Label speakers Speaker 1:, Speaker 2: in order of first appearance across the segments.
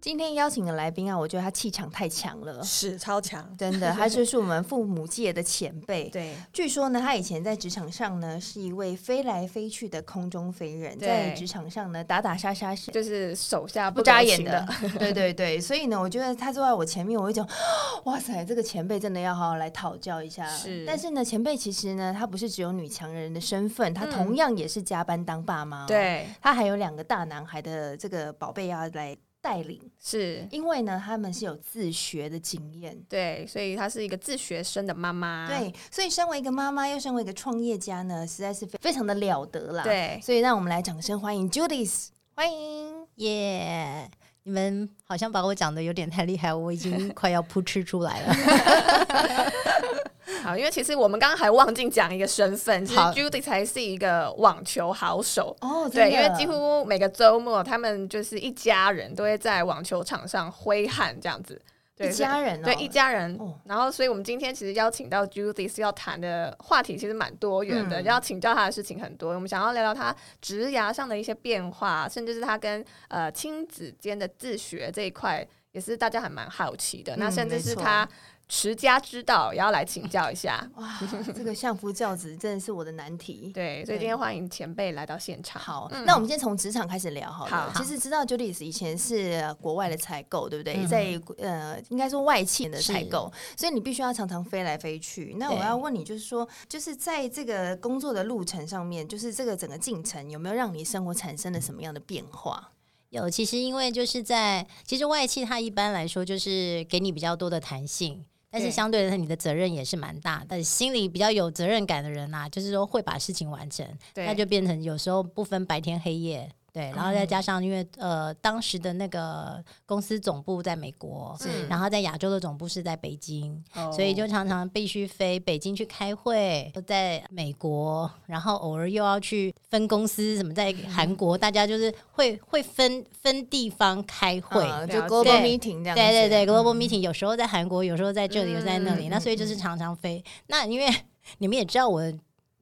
Speaker 1: 今天邀请的来宾啊，我觉得他气场太 强了，
Speaker 2: 是超强，
Speaker 1: 真的，他就是我们父母界的前辈。
Speaker 2: 对
Speaker 1: 据说呢，他以前在职场上呢是一位飞来飞去的空中飞人，
Speaker 2: 对
Speaker 1: 在职场上呢打打杀杀是
Speaker 2: 就是手下
Speaker 1: 不
Speaker 2: 不
Speaker 1: 眨
Speaker 2: 眨
Speaker 1: 眼
Speaker 2: 眼
Speaker 1: 的， 对对对，所以呢，我觉得他坐在我前面，我会讲，哇塞，这个前辈真的要好好来讨教一下。
Speaker 2: 是
Speaker 1: 但是呢，前辈其实呢，他不是只有女强人的身份，他同样也是加班当爸妈、，
Speaker 2: 嗯
Speaker 1: 哦
Speaker 2: 对，
Speaker 1: 他还有两个大男孩的这个宝贝要来带领，
Speaker 2: 是，
Speaker 1: 因为呢，他们是有自学的经验。
Speaker 2: 对，所以她是一个自学生的妈妈，
Speaker 1: 对，所以身为一个妈妈，又身为一个创业家呢，实在是非非常的了得啦。，
Speaker 2: 对，
Speaker 1: 所以让我们来掌声欢迎 Judith，欢迎。
Speaker 3: 耶你们好像把我讲的有点太厉害，我已经快要扑哧出 来了。
Speaker 2: 好，因为其实我们刚刚还忘记讲一个身份，其实
Speaker 3: 好
Speaker 2: Judy 才是一个网球好手。
Speaker 1: 哦，
Speaker 2: 对，
Speaker 1: 真
Speaker 2: 因
Speaker 1: 的
Speaker 2: 为几乎每个周末，他们就是一家人都会在网球场上挥汗这样子。对
Speaker 1: 一家人、哦，
Speaker 2: 对，一家人
Speaker 1: 哦。
Speaker 2: 然后，所以我们今天其实邀请到 Judy 是要谈的话题，其实蛮多元的，
Speaker 1: 嗯
Speaker 2: 要请教她的事情很多。我们想要聊聊她职涯上的一些变化，甚至是她跟呃亲子间的自学这一块，也是大家还蛮好奇的。那
Speaker 1: 嗯
Speaker 2: 甚至是
Speaker 1: 没错
Speaker 2: 她持家之道，也要来请教一下。
Speaker 1: 哇，这个相夫教子真的是我的难题。
Speaker 2: 对，所
Speaker 1: 对
Speaker 2: 以今天欢迎前辈来到现场。
Speaker 1: 好，
Speaker 2: 嗯
Speaker 1: 那我们先从职场开始聊好了。
Speaker 2: 好
Speaker 1: 其实知道 Judith 以前是呃国外的采购，对不对？
Speaker 3: 嗯
Speaker 1: 在呃，应该说外企的
Speaker 3: 是
Speaker 1: 采购，所以你必须要常常飞来飞去。那我
Speaker 3: 对
Speaker 1: 要问你，就是说，就是在这个工作的路程上面，就是这个整个进程有没有让你生活产生了什么样的变化？
Speaker 3: 有，其实因为就是在，其实外企它一般来说就是给你比较多的弹性，但是
Speaker 2: 对
Speaker 3: 相对的你的责任也是蛮大的。但心里比较有责任感的人啊，就是说会把事情完成，
Speaker 2: 对嗯
Speaker 3: 那就变成有时候不分白天黑夜。对，然后再加上因为呃，当时的那个公司总部在美国，
Speaker 2: 嗯
Speaker 3: 然后在亚洲的总部是在北京，
Speaker 2: 哦
Speaker 3: 所以就常常必须飞北京去开会，在美国，然后偶尔又要去分公司，什么在
Speaker 2: 嗯
Speaker 3: 韩国，大家就是会会分分地方开会。
Speaker 1: 呃就
Speaker 2: 嗯了解
Speaker 1: global
Speaker 3: 对
Speaker 1: meeting 这样子。嗯
Speaker 3: 对对对，global meeting 有时候在韩国，有时候在这里，有时候在那里，
Speaker 2: 嗯
Speaker 3: 那所以就是常常飞。那因为你们也知道我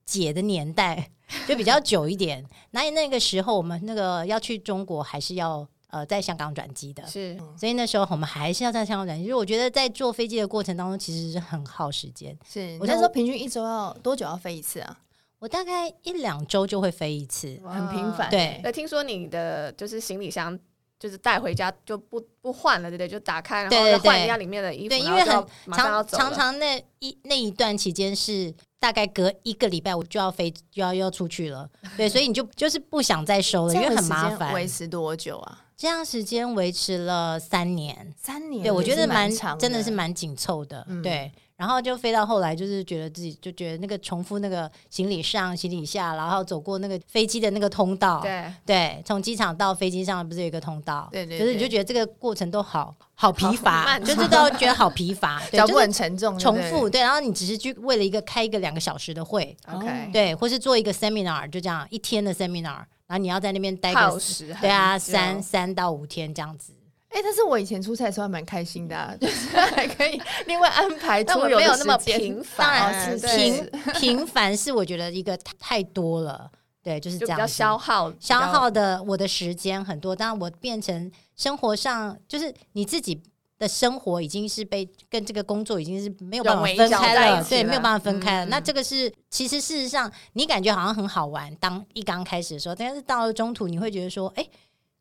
Speaker 3: 姐的年代就比较久一点， 那那个时候我们那个要去中国还是要呃在香港转机的，
Speaker 2: 是
Speaker 3: 所以那时候我们还是要在香港转机。就是我觉得在坐飞机的过程当中，其实是很耗时间。
Speaker 1: 是。
Speaker 3: 我
Speaker 1: 我那
Speaker 3: 那
Speaker 1: 时
Speaker 3: 时
Speaker 1: 候
Speaker 3: 候
Speaker 1: 平均一周要多久要飞一次啊？
Speaker 3: 我大概一两周就会飞一次，
Speaker 1: 很频繁。
Speaker 3: 对
Speaker 2: 呃，听说你的就是行李箱就是带回家就不不换了，对不对？就打开，然后
Speaker 3: 对对
Speaker 2: 再换
Speaker 3: 对
Speaker 2: 一下里面的衣服，
Speaker 3: 对
Speaker 2: 然
Speaker 3: 因为
Speaker 2: 后就
Speaker 3: 很
Speaker 2: 要马上要
Speaker 3: 常
Speaker 2: 走
Speaker 3: 常
Speaker 2: 了
Speaker 3: 常那一那一段期间是大概隔一个礼拜我就要飞就要又要出去了，对，所以你就就是不想再收了，因为很麻烦。
Speaker 1: 维持多久啊？
Speaker 3: 这样时间维持了三年，
Speaker 1: 三年。
Speaker 3: 对我觉得
Speaker 1: 蛮长，
Speaker 3: 真的是蛮紧凑的，
Speaker 1: 嗯
Speaker 3: 对。然后就飞到后来，就是觉得自己就觉得那个重复那个行李上、行李下，然后走过那个飞机的那个通道，
Speaker 2: 对，
Speaker 3: 对，从机场到飞机上不是有一个通道？
Speaker 1: 对对
Speaker 3: 就是你
Speaker 1: 对
Speaker 3: 就觉得这个过程都好好疲
Speaker 2: 好
Speaker 3: 乏，
Speaker 2: 漫
Speaker 3: 就
Speaker 2: 长
Speaker 3: 是都觉得好疲乏，对，
Speaker 1: 脚
Speaker 3: 就
Speaker 1: 步
Speaker 3: 是
Speaker 1: 很沉重，
Speaker 3: 重
Speaker 1: 对不对
Speaker 3: 复，对，然后你只是去为了一个开一个两个小时的会，
Speaker 1: 哦嗯
Speaker 2: OK，
Speaker 3: 对，或是做一个 seminar，就这样一天的 seminar，然后你要在那边待
Speaker 2: 耗
Speaker 3: 个，
Speaker 2: 时很
Speaker 3: 对啊，
Speaker 2: 久
Speaker 3: 三三到五天这样子。
Speaker 1: 哎、但是我以前出差的时候还蛮开心的、啊， 就是还可以另外安排
Speaker 2: 但
Speaker 1: 出
Speaker 2: 我
Speaker 1: 游
Speaker 2: 没有
Speaker 1: 的
Speaker 2: 那
Speaker 1: 时
Speaker 2: 么
Speaker 1: 间
Speaker 2: 频
Speaker 3: 当
Speaker 2: 繁，
Speaker 3: 然，
Speaker 2: 对
Speaker 3: 频 频繁是我觉得一个太太多了，对，就是
Speaker 2: 就
Speaker 3: 这
Speaker 2: 比
Speaker 3: 样
Speaker 2: 较
Speaker 3: 子
Speaker 2: 消耗，比
Speaker 3: 消
Speaker 2: 较
Speaker 3: 耗的我的时间很多，但我变成生活上就是你自己的生活已经是被跟这个工作已经是没有办
Speaker 2: 融
Speaker 3: 法
Speaker 2: 为一
Speaker 3: 分
Speaker 2: 脚
Speaker 3: 开
Speaker 2: 在一
Speaker 3: 了，
Speaker 2: 起
Speaker 3: 对，
Speaker 2: 了
Speaker 3: 没有办法分开了。
Speaker 2: 嗯
Speaker 3: 那这个是其实事实上你感觉好像很好玩，当一刚开始的时候，但是到了中途你会觉得说，哎、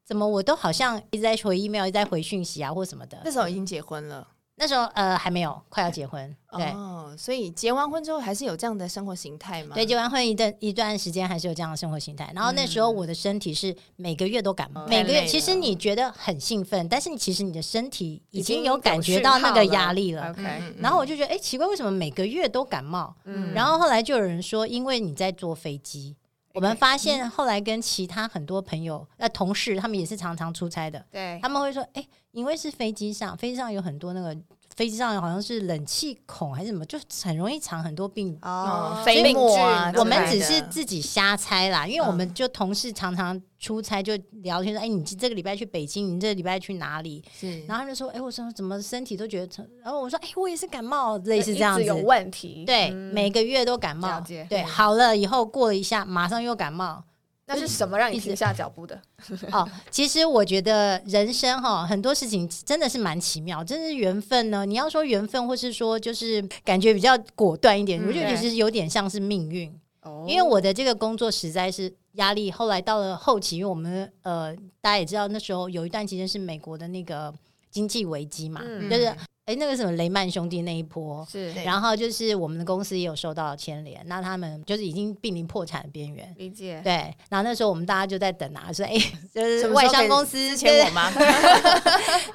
Speaker 3: 怎么我都好像一直在回 email，一直在回讯息啊，或什么
Speaker 1: 那
Speaker 3: 的。
Speaker 1: 时候已经结婚了，
Speaker 3: 那时候呃还没有，快要结婚，对、
Speaker 1: 哦，所以结完婚之后还是有这样的生活形态嘛？
Speaker 3: 对，结完婚一段一段时间还是有这样的生活形态。然后那时候我的身体是每个月都感冒，
Speaker 2: 哦
Speaker 3: 每
Speaker 1: 嗯
Speaker 3: 个
Speaker 1: 太累
Speaker 3: 月
Speaker 1: 了
Speaker 3: 其实你觉得很兴奋，但是你其实你的身体已经有
Speaker 2: 有
Speaker 3: 感觉
Speaker 2: 讯
Speaker 3: 到那
Speaker 2: 号
Speaker 3: 个压力了。
Speaker 1: 嗯
Speaker 2: 了。OK，
Speaker 3: 然后我就觉得，哎、奇怪，为什么每个月都感冒？
Speaker 2: 嗯，
Speaker 3: 然后后来就有人说，因为你在坐飞机。我们发现后来跟其他很多朋友、呃同事，他们也是常常出差的，
Speaker 2: 对，
Speaker 3: 他们会说，哎、因为是飞机上，飞机上有很多那个飞机上好像是冷气孔还是什么，就很容易藏很多病
Speaker 1: 哦
Speaker 2: 飞
Speaker 1: 飞
Speaker 2: 病
Speaker 1: 沫
Speaker 2: 菌
Speaker 1: 啊
Speaker 2: 之
Speaker 3: 我
Speaker 2: 类
Speaker 3: 们
Speaker 2: 的
Speaker 3: 只是自己瞎猜啦，因为我
Speaker 1: 嗯
Speaker 3: 们就同事常常出差就聊天说：“哎，你这个礼拜去北京，你这个礼拜去哪里
Speaker 1: 嗯是？”，
Speaker 3: 然后他们就说：“哎，我说怎么身体都觉得……然后我说：哎，我也是感冒，类似这样
Speaker 2: 一直有
Speaker 3: 子。
Speaker 2: 问题，
Speaker 3: 对，
Speaker 2: 嗯
Speaker 3: 每个月都感
Speaker 2: 了
Speaker 3: 冒
Speaker 2: 解，嗯
Speaker 3: 对，好了以后过了一下，马上又感冒。
Speaker 2: 那是什么让你
Speaker 3: 一直
Speaker 2: 停下脚步的？
Speaker 3: 哦，其实我觉得人生哈，很多事情真的是蛮奇妙，真的是缘分呢。你要说缘分，或是说就是感觉比较果断一点，
Speaker 2: 嗯
Speaker 3: 我觉得
Speaker 2: 对
Speaker 3: 其实有点像是命运。
Speaker 2: 哦
Speaker 3: 因为我的这个工作实在是压力，后来到了后期，因为我们呃，大家也知道那时候有一段期间是美国的那个经济危机嘛，
Speaker 2: 嗯
Speaker 3: 就是哎那个什么雷曼兄弟那一波，
Speaker 2: 哦是
Speaker 1: 对
Speaker 3: 然后就是我们的公司也有受到牵连，那他们就是已经濒临破产的边缘。
Speaker 2: 理解，
Speaker 3: 对，然后那时候我们大家就在等啊，说哎，就是
Speaker 1: 什么时候
Speaker 3: 外
Speaker 1: 可
Speaker 3: 商
Speaker 1: 以
Speaker 3: 公
Speaker 1: 之
Speaker 3: 司 对
Speaker 1: 前我妈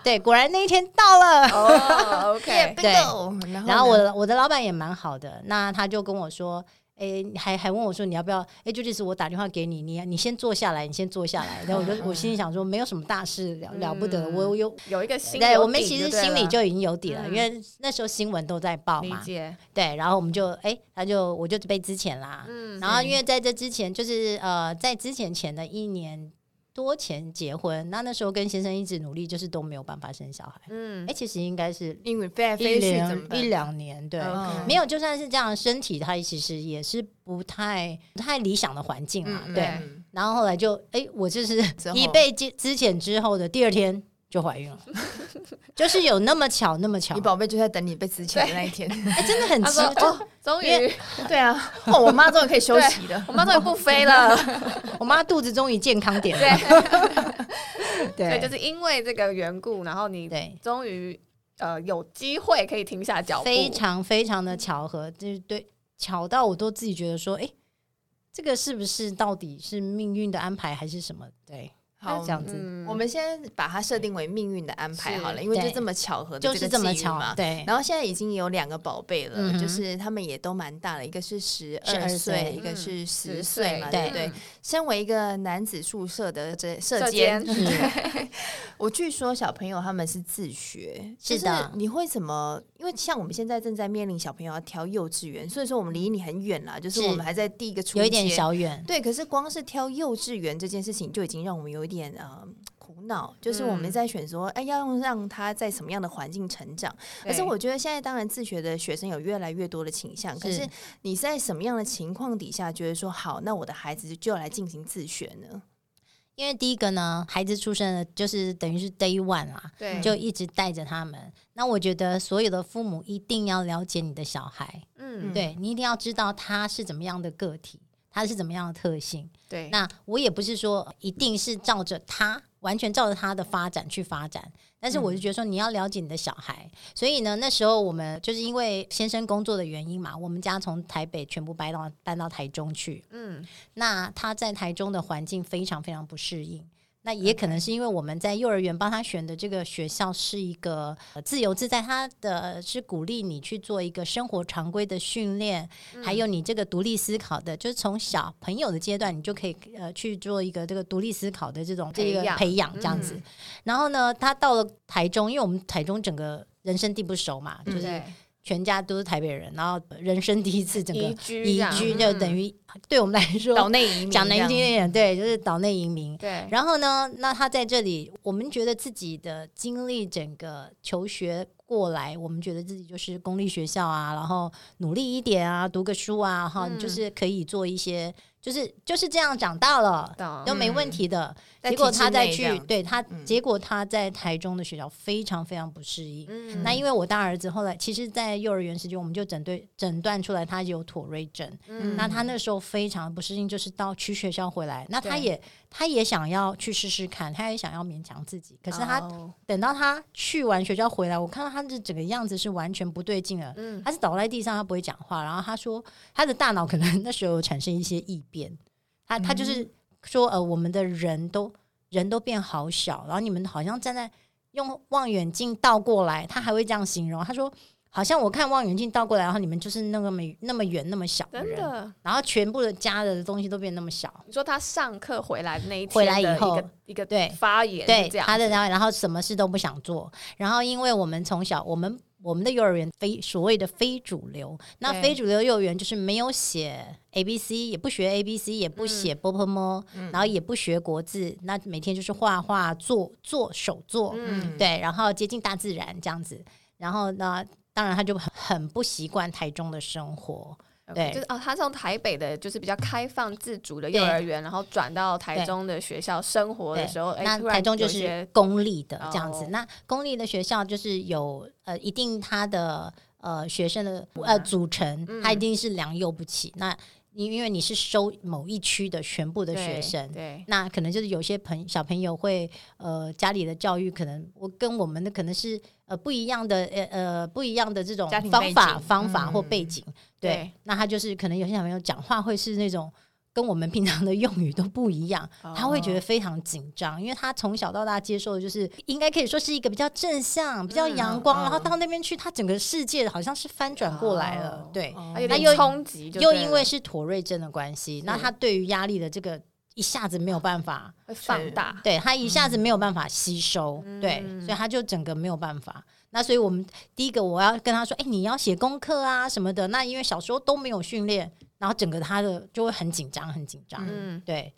Speaker 3: 对，果然那一天到了。
Speaker 2: 哦
Speaker 1: 也
Speaker 2: ，OK，
Speaker 1: 被
Speaker 3: 对
Speaker 1: 逗，然后
Speaker 3: 然后
Speaker 1: 呢
Speaker 3: 我的我的老板也蛮好的，那他就跟我说，诶，还还问我说你要不要？诶，就这次我打电话给你，你你先坐下来，你先坐下来。然后我
Speaker 2: 嗯
Speaker 3: 就我心里想说，没有什么大事了了不得，我我有。
Speaker 2: 有一个嗯心有底
Speaker 3: 对，
Speaker 2: 就对了，
Speaker 3: 我们其实心里就已经有底了，
Speaker 2: 嗯
Speaker 3: 因为那时候新闻都在报
Speaker 2: 理
Speaker 3: 嘛。
Speaker 2: 解，
Speaker 3: 对，然后我们就诶，他就我就被之前啦。
Speaker 2: 嗯，
Speaker 3: 然后因为在这之前，就是呃，在之前前的一年多前结婚，那那时候跟先生一直努力，就是都没有办法生小孩。
Speaker 2: 嗯
Speaker 3: 诶，，其实应该是
Speaker 1: 因为飞来
Speaker 3: 一
Speaker 1: 飞去怎么
Speaker 3: 两
Speaker 1: 办
Speaker 3: 一？两年，对，
Speaker 1: 嗯
Speaker 3: 没有，就算是这样，身体它其实也是不太不太理想的环境啊，
Speaker 1: 嗯，
Speaker 3: 对。
Speaker 1: 嗯，嗯
Speaker 3: 然后后来就，哎，我就是
Speaker 1: 之后
Speaker 3: 一被之之前之后的第二天就 怀孕了，就是有那么巧，那么巧
Speaker 1: 你，宝贝就在等你被 辞遣的那一天。
Speaker 3: 哎，真的很
Speaker 2: 他
Speaker 3: 奇
Speaker 2: 说
Speaker 3: 怪。
Speaker 2: 哦，终
Speaker 3: 哎因
Speaker 2: 于。
Speaker 1: 对啊，哦，我妈终于可以休息了
Speaker 2: 我妈 终于不飞了，
Speaker 3: 我妈肚子终于健康点了，
Speaker 2: 对，所以就是
Speaker 3: 对
Speaker 2: 因为这个缘故，然后你
Speaker 3: 对，
Speaker 2: 终于呃有机会可以停下脚步，
Speaker 3: 非常非常的巧合，就是对巧到我都自己觉得说，哎，这个是不是到底是命运的安排还是什么？对，
Speaker 1: 好
Speaker 3: 这，样子
Speaker 2: 嗯
Speaker 1: 我们先把它设定为命运的安排
Speaker 2: 是
Speaker 1: 好了，因为就
Speaker 3: 对
Speaker 1: 这么巧合的
Speaker 3: 就是
Speaker 1: 这
Speaker 3: 这
Speaker 1: 个
Speaker 3: 么
Speaker 1: 际遇
Speaker 3: 巧
Speaker 1: 嘛，。
Speaker 3: 对，
Speaker 1: 然后现在已经有两个宝贝了，
Speaker 3: 哎嗯哼
Speaker 1: 就是他们也都蛮大了，一个是十二
Speaker 3: 12
Speaker 1: 岁，
Speaker 3: 岁嗯
Speaker 1: 一个是十
Speaker 2: 十
Speaker 1: 岁嘛，对
Speaker 3: 对
Speaker 1: 不对？身为一个男子宿嗯舍的这社
Speaker 2: 射
Speaker 1: 监
Speaker 2: 箭，
Speaker 3: 嗯
Speaker 1: 我据说小朋友他们是自学，
Speaker 3: 是
Speaker 1: 就
Speaker 3: 的
Speaker 1: 你会怎么？因为像我们现在正在面临小朋友要挑幼稚园，所以说我们离你很远啦，就是
Speaker 3: 是
Speaker 1: 我们还在第一个初
Speaker 3: 有一点
Speaker 1: 阶
Speaker 3: 小远，
Speaker 1: 对，可是光是挑幼稚园这件事情就已经让我们有一点呃苦恼，就是我们
Speaker 2: 嗯
Speaker 1: 在选说，哎、要用让他在什么样的环境成长。可是
Speaker 2: 对
Speaker 1: 我觉得现在当然自学的学生有越来越多的倾向，可是
Speaker 3: 是
Speaker 1: 你在什么样的情况底下觉得说好，那我的孩子就来进行自学呢？
Speaker 3: 因为第一个呢，孩子出生了，就是等于是 day one 啦，
Speaker 2: 对，
Speaker 3: 就一直带着他们。那我觉得所有的父母一定要了解你的小孩，
Speaker 2: 嗯
Speaker 3: 对你一定要知道他是怎么样的个体，他是怎么样的特性。
Speaker 2: 对，
Speaker 3: 那我也不是说一定是照着他，完全照着他的发展去发展。但是我就
Speaker 2: 嗯
Speaker 3: 觉得说，你要了解你的小孩，所以呢，那时候我们就是因为先生工作的原因嘛，我们家从台北全部搬到搬到台中去，
Speaker 2: 嗯
Speaker 3: 那他在台中的环境非常非常不适应。那也可能
Speaker 2: 嗯
Speaker 3: 是因为我们在幼儿园帮他选的这个学校是一个呃自由自在，他的是鼓励你去做一个生活常规的训练，
Speaker 2: 嗯
Speaker 3: 还有你这个独立思考的，就是从小朋友的阶段，你就可以呃去做一个这个独立思考的这种这
Speaker 2: 培
Speaker 3: 个
Speaker 2: 养嗯
Speaker 3: 培养这样子。然后呢，他到了台中，因为我们台中整个人生地不熟嘛，
Speaker 1: 嗯
Speaker 3: 就是
Speaker 2: 对，
Speaker 3: 全家都是台北人，然后人生第一次整
Speaker 2: 宜
Speaker 3: 个
Speaker 2: 居嗯
Speaker 3: 移居，就等
Speaker 2: 于
Speaker 3: 于对我们来说
Speaker 1: 岛内移民
Speaker 3: 讲
Speaker 1: 这样
Speaker 3: 难听一点，对，就是岛内移民。
Speaker 2: 对，
Speaker 3: 然后呢，那他在这里，我们觉得自己的经历整个求学过来，我们觉得自己就是公立学校啊，然后努力一点啊，读个书啊，哈，
Speaker 2: 嗯
Speaker 3: 你就是可以做一些，就是就是这样长大了。
Speaker 2: 懂
Speaker 3: 都没问题的，
Speaker 1: 嗯在
Speaker 3: 结果
Speaker 1: 体
Speaker 3: 他
Speaker 1: 制
Speaker 3: 再
Speaker 1: 内这
Speaker 3: 去，
Speaker 1: 样
Speaker 3: 对他，
Speaker 1: 嗯
Speaker 3: 结果他在台中的学校非常非常不适应。
Speaker 2: 嗯
Speaker 3: 那因为我大儿子后来，其实，在幼儿园时间，我们就诊对诊断出来他有妥瑞症，
Speaker 2: 嗯
Speaker 3: 那他那时候非常不适应，就是到去学校回来，那他
Speaker 2: 对
Speaker 3: 也他也想要去试试看，他也想要勉强自己。可是他
Speaker 2: 哦
Speaker 3: 等到他去完学校回来，我看到他这整个样子是完全不对劲了。
Speaker 2: 嗯
Speaker 3: 他是倒在地上，他不会讲话，然后他说他的大脑可能 那时候有产生一些异变，他他
Speaker 2: 嗯
Speaker 3: 就是说呃，我们的人都人都变好小，然后你们好像站在用望远镜倒过来，他还会这样形容，他说好像我看望远镜倒过来，然后你们就是那个么那么圆那么小的
Speaker 2: 真
Speaker 3: 人。
Speaker 2: 的，
Speaker 3: 然后全部的家的东西都变那么小，
Speaker 2: 你说他上课回来那一天
Speaker 3: 回来以
Speaker 2: 的一个
Speaker 3: 后
Speaker 2: 一个
Speaker 3: 对
Speaker 2: 发言是
Speaker 3: 对，
Speaker 2: 这样
Speaker 3: 他的
Speaker 2: 子
Speaker 3: 然后然后什么事都不想做，然后因为我们从小我们我们的幼儿园非所谓的非主流，那
Speaker 2: 对
Speaker 3: 非主流幼儿园就是没有写 A B C，也不学 A B C，也不
Speaker 2: 嗯
Speaker 3: 写 b o p m 然后也不学国字，那每天就是画画、做做手作，
Speaker 2: 嗯
Speaker 3: 对，然后接近大自然这样子。然后呢，当然他就很很不习惯台中的生活，对
Speaker 2: 就是哦，他从台北的，就是比较开放自主的幼儿园，然后转到台中的学校生活的时候，哎，
Speaker 3: 那
Speaker 2: 突然
Speaker 3: 台中就
Speaker 2: 有一
Speaker 3: 是
Speaker 2: 些
Speaker 3: 公立的这样子。
Speaker 2: 哦
Speaker 3: 那公立的学校就是有呃一定它的呃学生的呃组成，
Speaker 2: 嗯
Speaker 3: 它一定是良莠不齐。那因因为你是收某一区的全部的学
Speaker 2: 对
Speaker 3: 生。
Speaker 2: 对，
Speaker 3: 那可能就是有些朋小朋友会，呃，家里的教育可能我跟我们的可能是呃不一样的，呃呃不一样的这种
Speaker 1: 家庭
Speaker 3: 方
Speaker 1: 背
Speaker 3: 法
Speaker 1: 景
Speaker 3: 方法或
Speaker 1: 嗯
Speaker 3: 背景，对，
Speaker 2: 对
Speaker 3: 那他就是可能有些小朋友讲话会是那种跟我们平常的用语都不一样，
Speaker 1: 哦
Speaker 3: 他会觉得非常紧张，因为他从小到大接受的就是应该可以说是一个比较正向、比较阳
Speaker 1: 嗯
Speaker 3: 光，然后到那边去，他整个世界好像是翻转过来了，
Speaker 2: 哦
Speaker 3: 对。
Speaker 1: 哦
Speaker 2: 而且那
Speaker 3: 那又
Speaker 2: 又冲击就对
Speaker 3: 又
Speaker 2: 了，
Speaker 3: 因为是妥瑞症的关系，那他对于压力的这个一下子没有办法，
Speaker 2: 会放大，
Speaker 3: 对他一下子没有办法吸收，
Speaker 2: 嗯
Speaker 3: 对，
Speaker 2: 嗯
Speaker 3: 所以他就整个没有办法。那所以我们第一个我要跟他说，哎、你要写功课啊什么的。那因为小时候都没有训练，然后整个他的就会很紧张，很紧张。
Speaker 2: 嗯，
Speaker 3: 对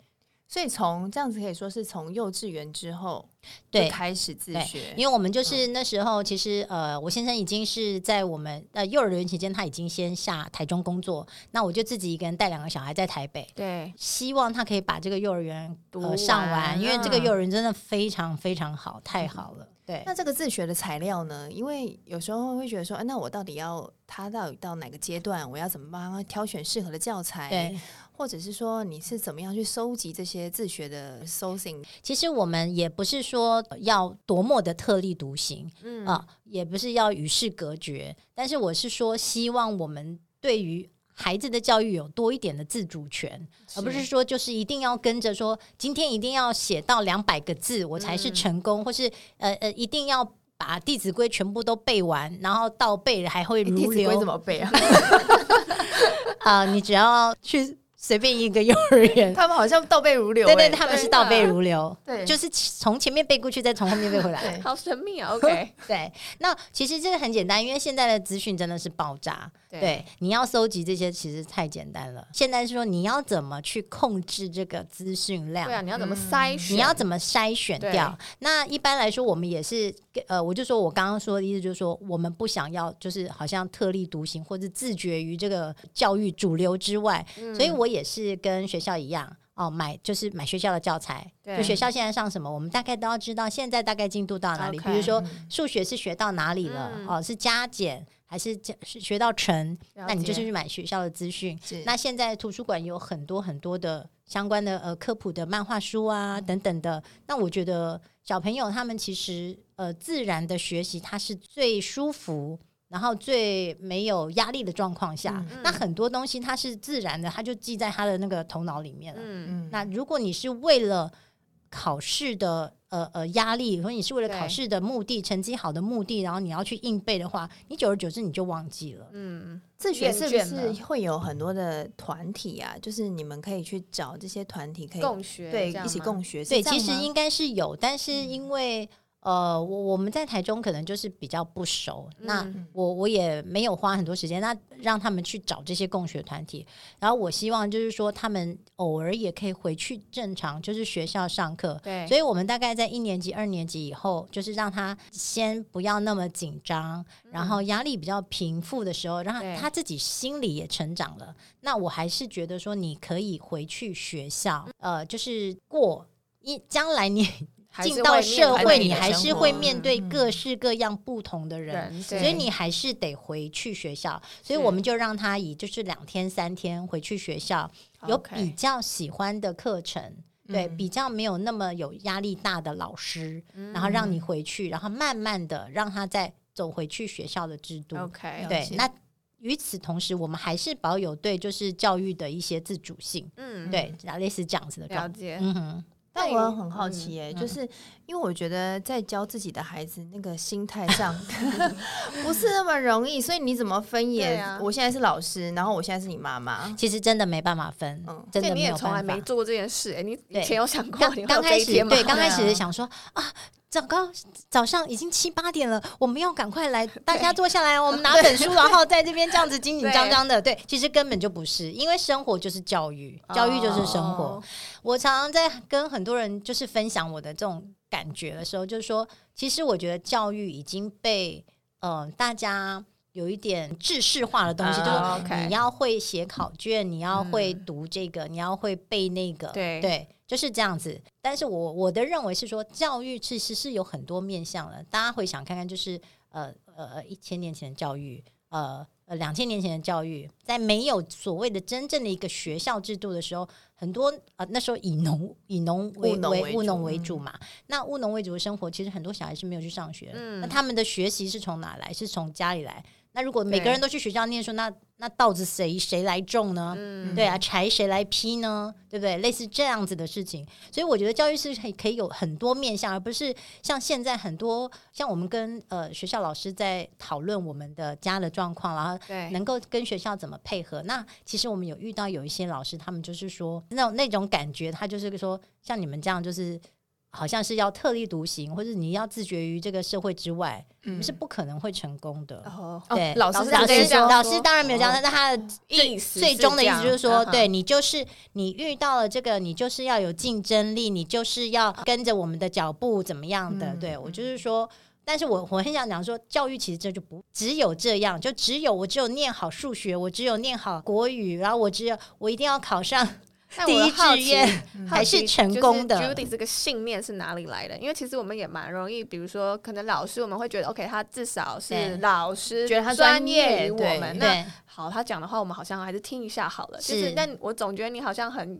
Speaker 1: 所以从这样子可以说是从幼稚园之后就
Speaker 3: 对，
Speaker 1: 开始自
Speaker 3: 对
Speaker 1: 学，
Speaker 3: 因为我们
Speaker 2: 嗯
Speaker 3: 就是那时候，其实呃，我先生已经是在我们呃幼儿园期间，他已经先下台中工作，那我就自己一个人带两个小孩在台北。
Speaker 2: 对，
Speaker 3: 希望他可以把这个幼儿园
Speaker 2: 读
Speaker 3: 呃上完，
Speaker 2: 完啊嗯
Speaker 3: 因为这个
Speaker 1: 嗯
Speaker 3: 幼儿园真的非常非常好，太好了。对，
Speaker 1: 那这个自学的材料呢？因为有时候会觉得说，哎，那我到底要他到底到哪个阶段？我要怎么帮他挑选适合的教材？
Speaker 3: 对，
Speaker 1: 或者是说你是怎么样去收集这些自学的搜 o
Speaker 3: 其实我们也不是说要多么的特立独行
Speaker 2: 嗯
Speaker 3: 啊、也不是要与世隔绝，但是我是说，希望我们对于孩子的教育有多一点的自主权，而不是说就是一定要跟着说，今天一定要写到两百个字我才是
Speaker 1: 嗯
Speaker 3: 成功，或是呃呃，一定要把《弟子规》全部都背完，然后到背了还会
Speaker 1: 弟
Speaker 3: 如
Speaker 1: 子规
Speaker 3: 流
Speaker 1: 怎么背啊？
Speaker 3: 啊、你只要去随便一个幼儿 园，
Speaker 1: 他们好像倒背如流、
Speaker 3: 对对，
Speaker 1: 哎
Speaker 3: 他们是
Speaker 2: 真
Speaker 3: 倒
Speaker 2: 的
Speaker 3: 背如流，
Speaker 1: 对
Speaker 3: 就是从前面背过去，再从后面背回来。
Speaker 1: 对
Speaker 2: 好神秘 啊，OK，
Speaker 3: 对，那其实这个很简单，因为现在的资讯真的是爆炸。对，你要搜集这些其实太简单了。现在是说你要怎么去控制这个资讯量？
Speaker 2: 对啊，你要怎么筛选？
Speaker 3: 你要怎么筛选掉？那一般来说，我们也是呃，我就说我刚刚说的意思就是说，我们不想要就是好像特立独行或者自觉于这个教育主流之外，
Speaker 2: 嗯，
Speaker 3: 所以我也是跟学校一样。哦，买就是买学校的教材，
Speaker 2: 对
Speaker 3: 就学校现在上什么，我们大概都要知道现在大概进度到哪里。比如
Speaker 2: OK
Speaker 3: 说数学是学到哪里了，
Speaker 2: 嗯
Speaker 3: 哦，是加减还是加是学到乘，
Speaker 2: 了
Speaker 3: 那你就是
Speaker 2: 解
Speaker 3: 去买学校的资讯。
Speaker 1: 是
Speaker 3: 那现在图书馆有很多很多的相关的呃科普的漫画书啊
Speaker 2: 嗯
Speaker 3: 等等的，那我觉得小朋友他们其实呃自然的学习，它是最舒服。然后最没有压力的状况下，
Speaker 2: 嗯
Speaker 3: 那很多东西它是自然的，它就记在他的那个头脑里面了。
Speaker 2: 嗯，
Speaker 1: 嗯
Speaker 3: 那如果你是为了考试的呃呃压力，或者你是为了
Speaker 2: 对
Speaker 3: 考试的目的、成绩好的目的，然后你要去硬背的话，你久而久之你就忘记了。
Speaker 2: 嗯，
Speaker 1: 自学是不
Speaker 2: 厌倦了
Speaker 1: 是会有很多的团体啊？就是你们可以去找这些团体，可以
Speaker 2: 共学
Speaker 1: 对
Speaker 2: 这样
Speaker 1: 一起
Speaker 2: 吗
Speaker 1: 共学。是
Speaker 3: 对，
Speaker 1: 这样
Speaker 3: 其实
Speaker 1: 吗嗯
Speaker 3: 应该是有，但是因为、呃，我我们在台中可能就是比较不熟，那
Speaker 2: 嗯
Speaker 3: 我我也没有花很多时间，那让他们去找这些共学团体。然后我希望就是说，他们偶尔也可以回去正常，就是学校上课，
Speaker 2: 对，
Speaker 3: 所以我们大概在一年级、二年级以后，就是让他先不要那么紧张，然后压力比较平复的时候，让他
Speaker 2: 嗯对
Speaker 3: 他自己心里也成长了。那我还是觉得说，你可以回去学校，
Speaker 2: 嗯
Speaker 3: 呃，就是过。一将来你
Speaker 2: 还
Speaker 3: 进
Speaker 2: 是
Speaker 3: 到
Speaker 2: 会面
Speaker 3: 社
Speaker 2: 对
Speaker 3: 会，
Speaker 1: 你
Speaker 3: 你
Speaker 1: 的
Speaker 3: 还
Speaker 1: 生
Speaker 3: 是
Speaker 1: 活
Speaker 3: 会面对
Speaker 1: 嗯
Speaker 3: 各式各样不同的人，
Speaker 2: 人，
Speaker 3: 所
Speaker 2: 所
Speaker 3: 以你还是得回去学校。所以我们就让他以就是两天三天回去学校，有
Speaker 2: OK
Speaker 3: 比较喜欢的课程。对，
Speaker 1: 嗯
Speaker 3: 比较没有那么有压力大的老师，然
Speaker 2: 嗯
Speaker 3: 后让你回去，然后慢慢的让他再走回去学校的制
Speaker 2: 哦
Speaker 3: 度。
Speaker 2: OK，
Speaker 1: 了
Speaker 3: 对，
Speaker 1: 解
Speaker 3: 那与此同时，我们还是保有对就是教育的一些自主性，
Speaker 2: 嗯，
Speaker 3: 对，啊类似这样子的
Speaker 2: 了
Speaker 3: 状态。
Speaker 2: 解，
Speaker 3: 嗯哼，
Speaker 1: 但
Speaker 2: 那
Speaker 1: 我
Speaker 2: 你
Speaker 1: 很
Speaker 3: 嗯
Speaker 1: 好奇耶、就是因为我觉得在教自己的孩子那个心态 上 不是那么容易，所以你怎么分
Speaker 2: 对
Speaker 1: 也？
Speaker 2: 啊
Speaker 1: 我现在是老师，然后我现在是你妈妈，
Speaker 3: 其实真的没办法分，
Speaker 1: 嗯
Speaker 3: 真
Speaker 2: 所以
Speaker 3: 的
Speaker 2: 你
Speaker 3: 没
Speaker 2: 也
Speaker 3: 有
Speaker 2: 从来
Speaker 3: 办法
Speaker 2: 没。做过这件事，哎，你以
Speaker 3: 对
Speaker 2: 前有想过
Speaker 3: 刚
Speaker 2: 你会
Speaker 3: 刚
Speaker 2: 有这
Speaker 3: 开
Speaker 2: 一
Speaker 3: 始
Speaker 2: 天吗？
Speaker 3: 对，刚
Speaker 1: 对
Speaker 3: 开
Speaker 1: 啊
Speaker 3: 始想说啊，早高早上已经七八点了，我们要赶 快来，大家坐下来，我们拿本书，然后在这边这样子紧紧张张的。对，其实根本就不是，因为生活就是教育，教育就是生活。
Speaker 2: 哦
Speaker 3: 我常常在跟很多人就是分享我的这种感觉的时候，就是说，其实我觉得教育已经被呃大家有一点制式化的东西，就是
Speaker 2: 哦，OK 嗯
Speaker 3: 你要会写考卷，你要会读这个，你要会背那个，
Speaker 2: 对
Speaker 3: 就是这样子。但是我我的认为是说，教育其实是有很多面向的。大家回想看看，就是呃呃呃，一千年前的教育，呃呃，两千年前的教育，在没有所谓的真正的一个学校制度的时候，很多呃那时候以农以农为
Speaker 1: 务农为
Speaker 3: 为
Speaker 1: 主
Speaker 3: 务农为主嘛。那务农为主的生活，其实很多小孩是没有去上学的，
Speaker 2: 嗯
Speaker 3: 那他们的学习是从哪来？是从家里来。那如果每个
Speaker 2: 对
Speaker 3: 人都去学校念书，那那稻子谁谁来种呢？
Speaker 2: 嗯
Speaker 3: 对啊，柴谁来劈呢？对不对？类似这样子的事情，所以我觉得教育是可以可以有很多面向，而不是像现在很多像我们跟呃学校老师在讨论我们的家的状况，然后
Speaker 2: 对，
Speaker 3: 能够跟学校怎么配合。那其实我们有遇到有一些老师，他们就是说那种那种感觉，他就是说像你们这样，就是好像是要特立独行，或者你要自觉于这个社会之外，你
Speaker 2: 嗯
Speaker 3: 们是不可能会成功的。
Speaker 2: 哦，
Speaker 3: 对，
Speaker 1: 老师
Speaker 3: 老
Speaker 1: 是这样
Speaker 3: 师说
Speaker 1: 说
Speaker 3: 老师当然没有这样，
Speaker 2: 哦
Speaker 3: 但是他的
Speaker 2: 意思
Speaker 3: 最终的意思就是说，对
Speaker 2: 嗯
Speaker 3: 你就是你遇到了这个，你就是要有竞争力，你就是要跟着我们的脚步怎么样的？
Speaker 1: 嗯
Speaker 3: 对我就是说。但是我我很想讲说，教育其实这就不只有这样，就只有我只有念好数学，我只有念好国语，然后我只有我一定要考上
Speaker 2: 但
Speaker 3: 第
Speaker 2: 我
Speaker 3: 一
Speaker 2: 好
Speaker 3: 志
Speaker 2: 奇
Speaker 3: 愿，还是成功的
Speaker 2: Judy 这个信念是哪里来的？因为其实我们也蛮容易，比如说，可能老师我们会觉得，OK，他至少
Speaker 3: 对
Speaker 2: 是老师，
Speaker 1: 觉得他
Speaker 2: 专
Speaker 1: 专业
Speaker 2: 于我
Speaker 1: 对
Speaker 2: 们。那
Speaker 3: 对
Speaker 2: 好，他讲的话，我们好像还是听一下好了。就是
Speaker 3: 是，
Speaker 2: 但我总觉得你好像很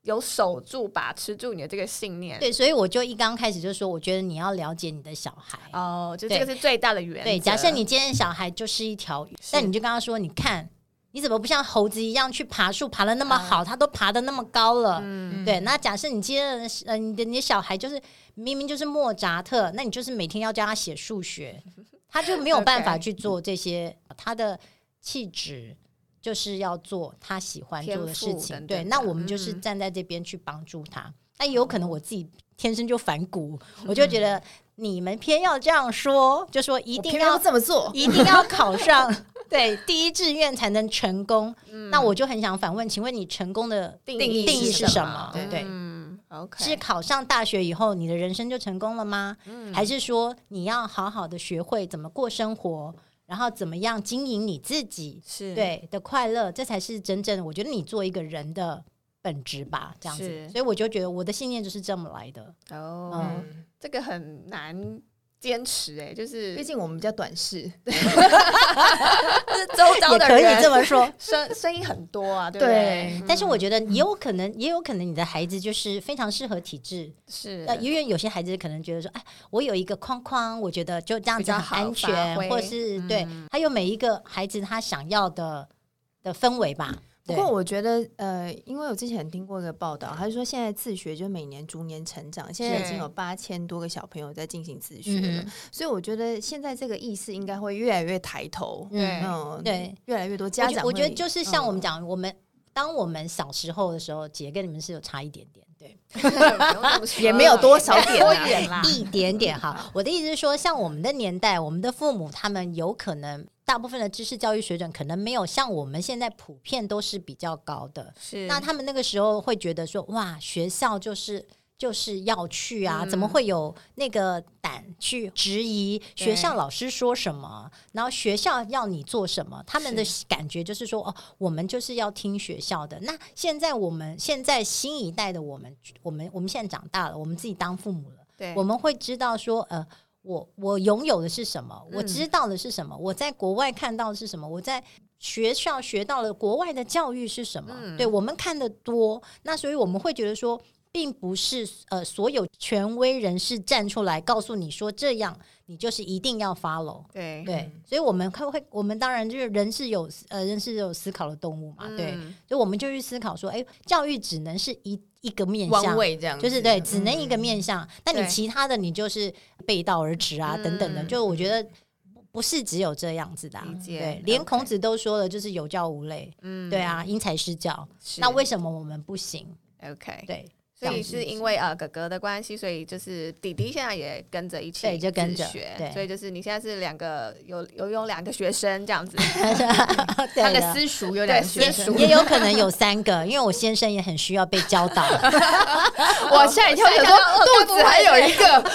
Speaker 2: 有守住、把持住你的这个信念。
Speaker 3: 对，所以我就一刚开始就说，我觉得你要了解你的小孩，
Speaker 2: 哦，就
Speaker 3: 对
Speaker 2: 这个是最大的原则。
Speaker 3: 对，假设你今天小孩就是一条鱼，那
Speaker 2: 是
Speaker 3: 你就跟他说：“你看，你怎么不像猴子一样去爬树，爬的那么好，他都爬的那么高了。
Speaker 2: 嗯，
Speaker 3: 对，那假设你今天的呃，你的你的小孩就是明明就是莫扎特，那你就是每天要教他写数学，他就没有办法
Speaker 2: OK
Speaker 3: 去做这些，他的气质。就是要做他喜欢做的事
Speaker 2: 天赋
Speaker 3: 情，
Speaker 2: 等等
Speaker 3: 对。
Speaker 2: 的
Speaker 3: 那我们就是
Speaker 2: 嗯
Speaker 3: 站在这边去帮助他。那、也有可能我自己天生就反骨，我 就觉得你们偏要这样说，就说一
Speaker 1: 一
Speaker 3: 定
Speaker 1: 定
Speaker 3: 要
Speaker 1: 要这么做。
Speaker 3: 一定要考 上对第一志愿才能成功。那我就很想反问，请问你成功的
Speaker 2: 嗯定
Speaker 1: 义
Speaker 3: 定义
Speaker 1: 是
Speaker 3: 是
Speaker 1: 什
Speaker 3: 什
Speaker 1: 么
Speaker 3: 么？
Speaker 1: 对
Speaker 3: 对，
Speaker 2: 嗯，OK，嗯
Speaker 3: 是考上大学以后，你的人生就成功了吗？还是说你要好好的学会怎么过生活，然后怎么样经营你自己
Speaker 2: 是，
Speaker 3: 对的快乐，这才是真正我觉得你做一个人的本质吧，这样子。
Speaker 2: 是
Speaker 3: 所以我就觉得我的信念就是这么来的。
Speaker 2: 哦，
Speaker 3: 嗯
Speaker 1: 嗯，
Speaker 2: 这个很难坚持哎，
Speaker 3: 嗯
Speaker 2: 就是
Speaker 1: 毕竟我们比较短视，
Speaker 2: 是周遭
Speaker 3: 也
Speaker 2: 的
Speaker 3: 可
Speaker 2: 人
Speaker 3: 以这么 说，
Speaker 2: 声声音很多啊，对不
Speaker 1: 对
Speaker 2: 对？
Speaker 3: 但是我觉得
Speaker 2: 嗯
Speaker 3: 也有可能，也有可能你的孩子就是非常适合体制，
Speaker 2: 是
Speaker 3: 呃，因为有些孩子可能觉得说，哎，我有一个框框，我觉得就这样
Speaker 2: 比
Speaker 3: 子
Speaker 2: 较
Speaker 3: 很
Speaker 2: 好
Speaker 3: 安
Speaker 2: 发
Speaker 3: 全，
Speaker 2: 挥
Speaker 3: 或是、
Speaker 1: 嗯
Speaker 3: 对，他有每一个孩子他想要的的氛围吧。
Speaker 1: 不
Speaker 3: 对
Speaker 1: 过我觉得，呃，因为我之前听过一个报道，他是说现在自学就每年逐年成长，现在已经有八千多个小朋友在进行自学了，
Speaker 3: 嗯哼
Speaker 1: 所以我觉得现在这个意识应该会越来越抬头。
Speaker 2: 对
Speaker 3: 嗯，
Speaker 1: 嗯，
Speaker 3: 对，
Speaker 1: 越来越多
Speaker 3: 我
Speaker 1: 家
Speaker 3: 觉
Speaker 1: 长
Speaker 3: 我觉得
Speaker 1: 会
Speaker 3: 就是像我们
Speaker 1: 嗯
Speaker 3: 讲，我们当我们小时候的时候，姐跟你们是有差一点点，对，
Speaker 1: 也没有多少点
Speaker 2: 多
Speaker 1: 啊
Speaker 2: 远啦，
Speaker 3: 一点 点哈。我的意思是说，像我们的年代，我们的父母他们有可能大部分的知识教育水准可能没有像我们现在普遍都是比较高的，
Speaker 2: 是
Speaker 3: 那他们那个时候会觉得说，哇，学校就是就是要去啊，
Speaker 2: 嗯
Speaker 3: 怎么会有那个胆去质疑学校老师说什么，然后学校要你做什么？他们的感觉就是说，哦，我们就是要听学校的。那现在我们现在新一代的我们，我们我们现在长大了，我们自己当父母了。
Speaker 2: 对
Speaker 3: 我们会知道说，呃，我我拥有的是什么，
Speaker 2: 嗯
Speaker 3: 我知道的是什么，我在国外看到的是什么，我在学校学到了国外的教育是什么，
Speaker 2: 嗯
Speaker 3: 对我们看的多，那所以我们会觉得说。并不是呃，所有权威人士站出来告诉你说这样，你就是一定要 follow。
Speaker 2: 对
Speaker 3: 对，所以我们会会，我们当然就是人是有呃，人是有思考的动物嘛，对，
Speaker 2: 嗯
Speaker 3: 所以我们就去思考说，哎，教育只能是一一个面向
Speaker 1: 弯，位这样子，
Speaker 3: 就是对，
Speaker 1: 嗯
Speaker 3: 只能一个面向。那你
Speaker 2: 对
Speaker 3: 其他的你就是背道而驰啊，
Speaker 2: 嗯
Speaker 3: 等等的。就我觉得不不是只有这样子的啊、
Speaker 2: 理解
Speaker 3: 对，
Speaker 2: OK
Speaker 3: 连孔子都说了，就是有教无类。啊
Speaker 2: 嗯
Speaker 3: 对，啊，因材施教。
Speaker 2: 是
Speaker 3: 那为什么我们不行？
Speaker 2: OK，
Speaker 3: 对，
Speaker 2: 所以
Speaker 3: 当时
Speaker 2: 是因为呃哥哥的关系，所以就是弟弟现在也跟着一起
Speaker 3: 对就跟着
Speaker 2: 自学
Speaker 3: 对
Speaker 2: 所以就是你现在是两个有有有两个学生这样 子，
Speaker 3: 对
Speaker 1: 他的
Speaker 3: 的
Speaker 1: 私塾有两个
Speaker 2: 对
Speaker 1: 学
Speaker 2: 私
Speaker 1: 生
Speaker 2: 塾，
Speaker 3: 也 有可能有三个，因为我先生也很需要被教导。
Speaker 1: 我吓哎一跳，想说肚子还有一个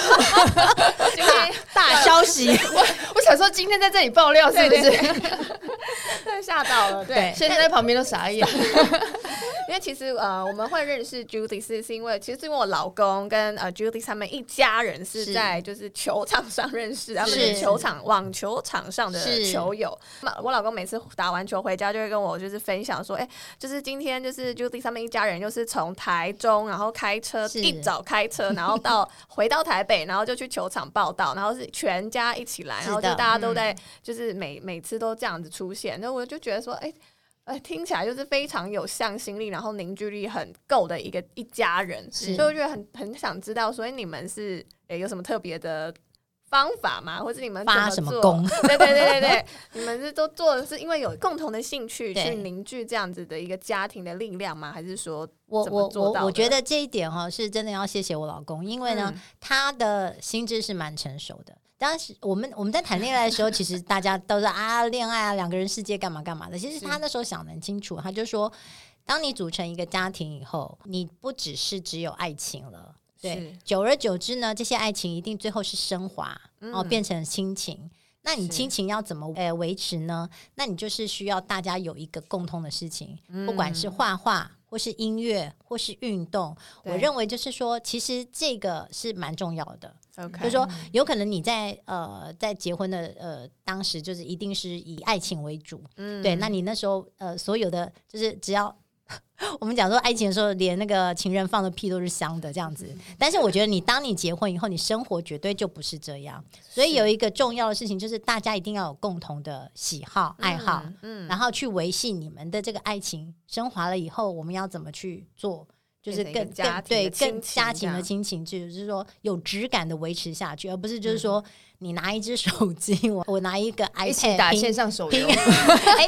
Speaker 1: 大消息，我我想说今天在这里爆料是不
Speaker 2: 对对
Speaker 1: 是？
Speaker 2: 对吓到了，对
Speaker 3: 对，
Speaker 1: 先生在旁边都傻眼，
Speaker 2: 因为其实呃，我们会认识 Judy 是是因为其实是因为我老公跟呃 Judy 他们一家人是
Speaker 1: 是
Speaker 2: 在就是球场上认识，他们
Speaker 3: 是
Speaker 2: 是球场网球场上的
Speaker 3: 是
Speaker 2: 球友。那我老公每次打完球回家就会跟我就是分享说，哎、就是今天就是 Judy 他们一家人又是从台中，然后开车
Speaker 3: 是
Speaker 2: 一早开车，然后到回到台北，然后就去球场报道，然后是全家一起来，
Speaker 3: 是
Speaker 2: 然后就
Speaker 3: 的
Speaker 2: 大家都
Speaker 1: 嗯
Speaker 2: 在就是每、每次都这样子出现，那我就觉得说，哎、呃，听起来就是非常有向心力，然后凝聚力很够的一个一家人，所
Speaker 3: 是
Speaker 2: 以我觉得很很想知道，所以你们是呃有什么特别的方法吗？或者你们怎
Speaker 3: 发什么
Speaker 2: 做？
Speaker 3: 功？
Speaker 2: 对对对对对，你们是都做的是因为有共同的兴趣
Speaker 3: 对
Speaker 2: 去凝聚这样子的一个家庭的力量吗？还是说
Speaker 3: 我
Speaker 2: 怎么
Speaker 3: 我
Speaker 2: 做
Speaker 3: 我
Speaker 2: 到
Speaker 3: 我
Speaker 2: 的
Speaker 3: 觉得这一点哈、是真的要谢谢我老公，因为呢，
Speaker 2: 嗯
Speaker 3: 他的心智是蛮成熟的。当时我们我们在谈恋爱的时候，其实大家都是啊恋爱啊两个人世界干嘛干 嘛的。其实
Speaker 2: 是
Speaker 3: 他那时候想得很清楚，他就说，当你组成一个家庭以后，你不只是只有爱情了。对
Speaker 2: 是，
Speaker 3: 久而久之呢，这些爱情一定最后是升华，
Speaker 2: 嗯
Speaker 3: 哦，变成亲情。那你
Speaker 2: 是
Speaker 3: 亲情要怎么呃维持呢？那你就是需要大家有一个共通的事情，不管
Speaker 2: 嗯
Speaker 3: 是画画或是音乐或是运动，我
Speaker 2: 对
Speaker 3: 认为就是说，其实这个是蛮重要的。
Speaker 1: 嗯
Speaker 2: OK，
Speaker 3: 就是说，有可能你在呃在结婚的呃当时，就是一定是以爱情为主，
Speaker 2: 嗯
Speaker 3: 对，那你那时候呃，所有的就是只要 我们讲说爱情的时候，连那个情人放的屁都是香的这样
Speaker 2: 嗯
Speaker 3: 子。但是我觉得你当你结婚以后，你生活绝对就不是这样。所以有一个重要的事情就是，大家一定要有共同的喜好、爱好，
Speaker 2: 嗯
Speaker 3: 然后去维系你们的这个爱情升华了以后，我们要怎么去做？就是
Speaker 2: 变成
Speaker 3: 更
Speaker 2: 一个家
Speaker 3: 更
Speaker 2: 庭
Speaker 3: 对
Speaker 2: 的亲
Speaker 3: 更
Speaker 2: 情
Speaker 3: 家
Speaker 2: 这
Speaker 3: 庭的
Speaker 2: 样
Speaker 3: 亲情，就是说有质感的维持下去，而不是就是
Speaker 2: 嗯
Speaker 3: 说你拿一只手机，我 我拿一个 iPad
Speaker 1: 一起打
Speaker 3: 拼
Speaker 1: 线上手游，
Speaker 3: 哎、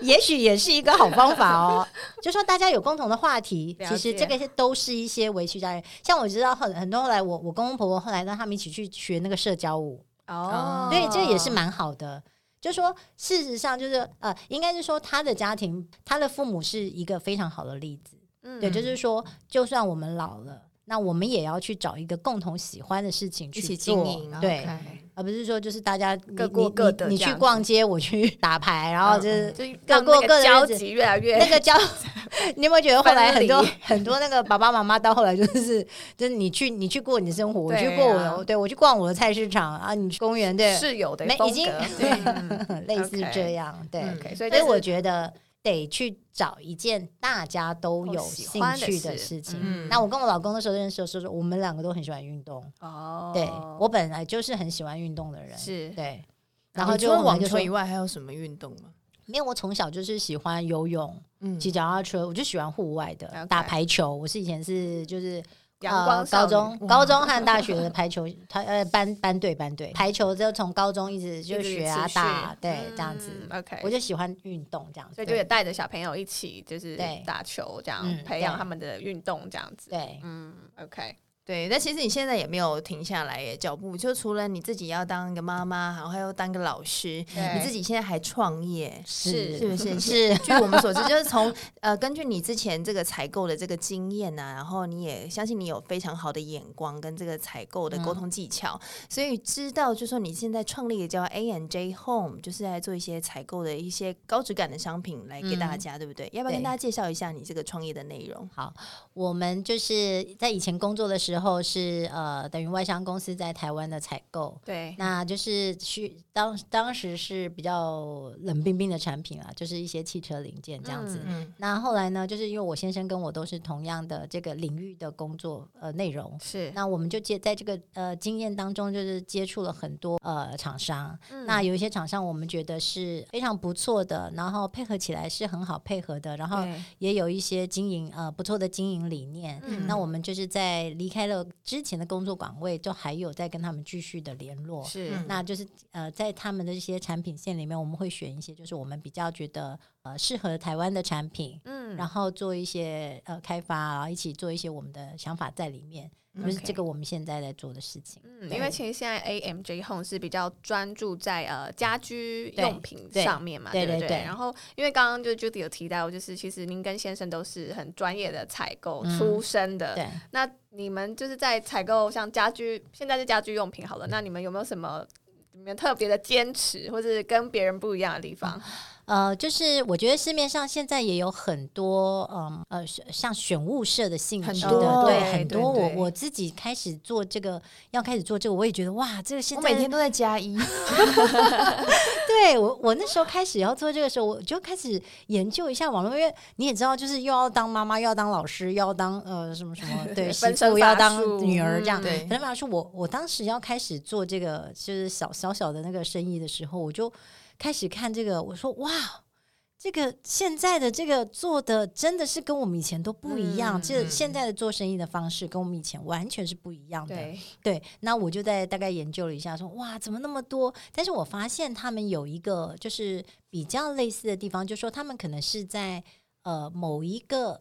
Speaker 3: 也许也是一个好方法哦。 就说大家有共同的话题，
Speaker 2: 了解
Speaker 3: 其实这个是都是一些委屈家人。像我知道很很多后来我我公公婆婆后来让他们一起去学那个社交舞，
Speaker 2: 哦，
Speaker 3: 对，这也是蛮好的。就说事实上就是呃，应该是说他的家庭，他的父母是一个非常好的例子。
Speaker 2: 嗯
Speaker 3: 对，就是说，就算我们老了。那我们也要去找一个共同喜欢的事情去
Speaker 1: 一起
Speaker 3: 做
Speaker 1: 经营，
Speaker 3: 对，
Speaker 1: OK
Speaker 3: 而不是说就是大家
Speaker 2: 各
Speaker 3: 你
Speaker 2: 过各的
Speaker 3: 你你，
Speaker 2: 这样
Speaker 3: 你去
Speaker 2: 子嗯
Speaker 3: 逛街，我 去打牌，然后就是
Speaker 2: 就
Speaker 3: 各
Speaker 2: 让
Speaker 3: 过
Speaker 2: 那个
Speaker 3: 各的
Speaker 2: 交
Speaker 3: 日子
Speaker 2: 集越来越
Speaker 3: 那个叫 你有没有觉得后来很多
Speaker 2: 分离
Speaker 3: 很多那个爸爸妈妈到后来就是就是你去你去过你的生活，我去
Speaker 2: 对
Speaker 3: 过我
Speaker 2: 啊
Speaker 3: 的，对我去逛我的菜市场啊，你去公园，对，
Speaker 2: 室友的
Speaker 3: 没
Speaker 2: 风
Speaker 3: 已经
Speaker 2: 格 对嗯
Speaker 3: 类似
Speaker 2: OK
Speaker 3: 这样，对。
Speaker 1: 嗯
Speaker 2: ，OK，所以
Speaker 3: 所以
Speaker 2: 这
Speaker 3: 我
Speaker 2: 是
Speaker 3: 觉得得去找一件大家都
Speaker 2: 都
Speaker 3: 有
Speaker 2: 喜
Speaker 3: 兴
Speaker 2: 欢的
Speaker 3: 趣
Speaker 2: 事
Speaker 3: 事情。
Speaker 1: 嗯
Speaker 3: 那我跟我老公那时候认识的时候，我们两个都很喜欢运动。
Speaker 2: 哦，
Speaker 3: 对我呃本来就是很喜欢运动的人，
Speaker 2: 是哦
Speaker 3: 对。然
Speaker 1: 然
Speaker 3: 后
Speaker 1: 后
Speaker 3: 就
Speaker 1: 除
Speaker 3: 我
Speaker 1: 了
Speaker 3: 们
Speaker 1: 网
Speaker 3: 就
Speaker 1: 球
Speaker 3: 说
Speaker 1: 以外，还有什么运动吗？
Speaker 3: 没有，我从小就是喜欢游泳，
Speaker 1: 嗯
Speaker 3: 骑脚踏车，我就喜欢户外的
Speaker 2: OK
Speaker 3: 打排球。我是以前是就是
Speaker 2: 阳光
Speaker 3: 呃、
Speaker 2: 少
Speaker 3: 高
Speaker 2: 女
Speaker 1: 哇
Speaker 3: 中高中和大学的排球，他呃班班队班队排球就从高中一直就
Speaker 2: 一直
Speaker 3: 学啊
Speaker 2: 持续
Speaker 3: 打，对、
Speaker 2: 嗯
Speaker 3: 这样子，
Speaker 2: OK，
Speaker 3: 我就喜欢运动这样子，
Speaker 2: 所以就也带着小朋友一起就是
Speaker 3: 对
Speaker 2: 打球，这样
Speaker 3: 嗯
Speaker 2: 培养
Speaker 3: 对
Speaker 2: 他们的运动，这样子。
Speaker 3: 对
Speaker 2: 嗯，OK，
Speaker 1: 对，但其实你现在也没有停下来耶，脚步就除了你自己要当一个妈妈，然后还要当个老师，
Speaker 2: 对
Speaker 1: 你自己现在还创业，
Speaker 2: 是
Speaker 1: 是不是？
Speaker 3: 是
Speaker 1: 据我们所知，就是从呃，根据你之前这个采购的这个经验呐、啊，然后你也相信你有非常好的眼光跟这个采购的
Speaker 3: 嗯
Speaker 1: 沟通技巧，所以知道就说你现在创立的叫 A and J Home，就是来做一些采购的一些高质感的商品来给大家，对不对？要不要跟
Speaker 3: 嗯对
Speaker 1: 大家介绍一下你这个创业的内容？
Speaker 3: 我们就是在以前工作的时候是呃等于外商公司在台湾的采购，
Speaker 2: 对，
Speaker 3: 那就是去当当时是比较冷冰冰的产品啊，就是一些汽车零件这样子。
Speaker 2: 嗯
Speaker 1: 嗯，
Speaker 3: 那后来呢，就是因为我先生跟我都是同样的这个领域的工作呃内容，
Speaker 2: 是
Speaker 3: 那我们就接在这个呃经验当中，就是接触了很多呃厂商。
Speaker 2: 嗯
Speaker 3: 那有一些厂商我们觉得是非常不错的，然后配合起来是很好配合的，然后
Speaker 2: 对
Speaker 3: 也有一些经营呃不错的经营理念。
Speaker 2: 嗯
Speaker 3: 那我们就是在离开了之前的工作岗位，就还有在跟他们继续的联络。
Speaker 2: 是
Speaker 1: 嗯
Speaker 3: 那就是呃，在他们的这些产品线里面，我们会选一些就是我们比较觉得呃适合台湾的产品，
Speaker 2: 嗯，
Speaker 3: 然后做一些呃开发，然后一起做一些我们的想法在里面，就是这个我们现在在做的事情。
Speaker 2: 嗯，
Speaker 3: 对
Speaker 2: 因为其实现在 AMJ Home 是比较专注在呃家居
Speaker 3: 对
Speaker 2: 用品
Speaker 3: 对
Speaker 2: 上面嘛，
Speaker 3: 对
Speaker 2: 不
Speaker 3: 对对
Speaker 2: 然后因为刚刚就 Judy 有提到，就是其实您跟先生都是很专业的采购
Speaker 3: 嗯
Speaker 2: 出身的，
Speaker 3: 对，
Speaker 2: 那你们就是在采购像家居，现在是家居用品好了，那你们有没有什么你们特别的坚持，或是跟别人不一样的地方？
Speaker 3: 呃，就是我觉得市面上现在也有很多，嗯呃，选像选物社的性
Speaker 1: 很
Speaker 3: 质
Speaker 1: 多
Speaker 3: 的，
Speaker 1: 对
Speaker 3: 对，很多。
Speaker 2: 对
Speaker 3: 我
Speaker 2: 对
Speaker 3: 我自己开始做这个，要开始做这个，我也觉得哇，这个现
Speaker 1: 我
Speaker 3: 在
Speaker 1: 每天都在加一，
Speaker 3: 对我，我那时候开始要做这个时候，我就开始研究一下网络，因为你也知道，就是又要当妈妈，又要当老师，又要当呃什么什么， 对，媳
Speaker 2: 分身
Speaker 3: 妇要
Speaker 2: 乏
Speaker 3: 当
Speaker 2: 术
Speaker 3: 女儿这样
Speaker 2: 嗯。
Speaker 1: 对
Speaker 3: 可能法说，我我当时要开始做这个就是小小小的那个生意的时候，我就开始看这个，我说哇。这个现在的这个做的真的是跟我们以前都不一样，
Speaker 2: 嗯
Speaker 3: 这现在的做生意的方式跟我们以前完全是不一样的。
Speaker 2: 对，
Speaker 3: 对，那我就在大概研究了一下说，哇，怎么那么多？但是我发现他们有一个就是比较类似的地方，就是说他们可能是在呃某一个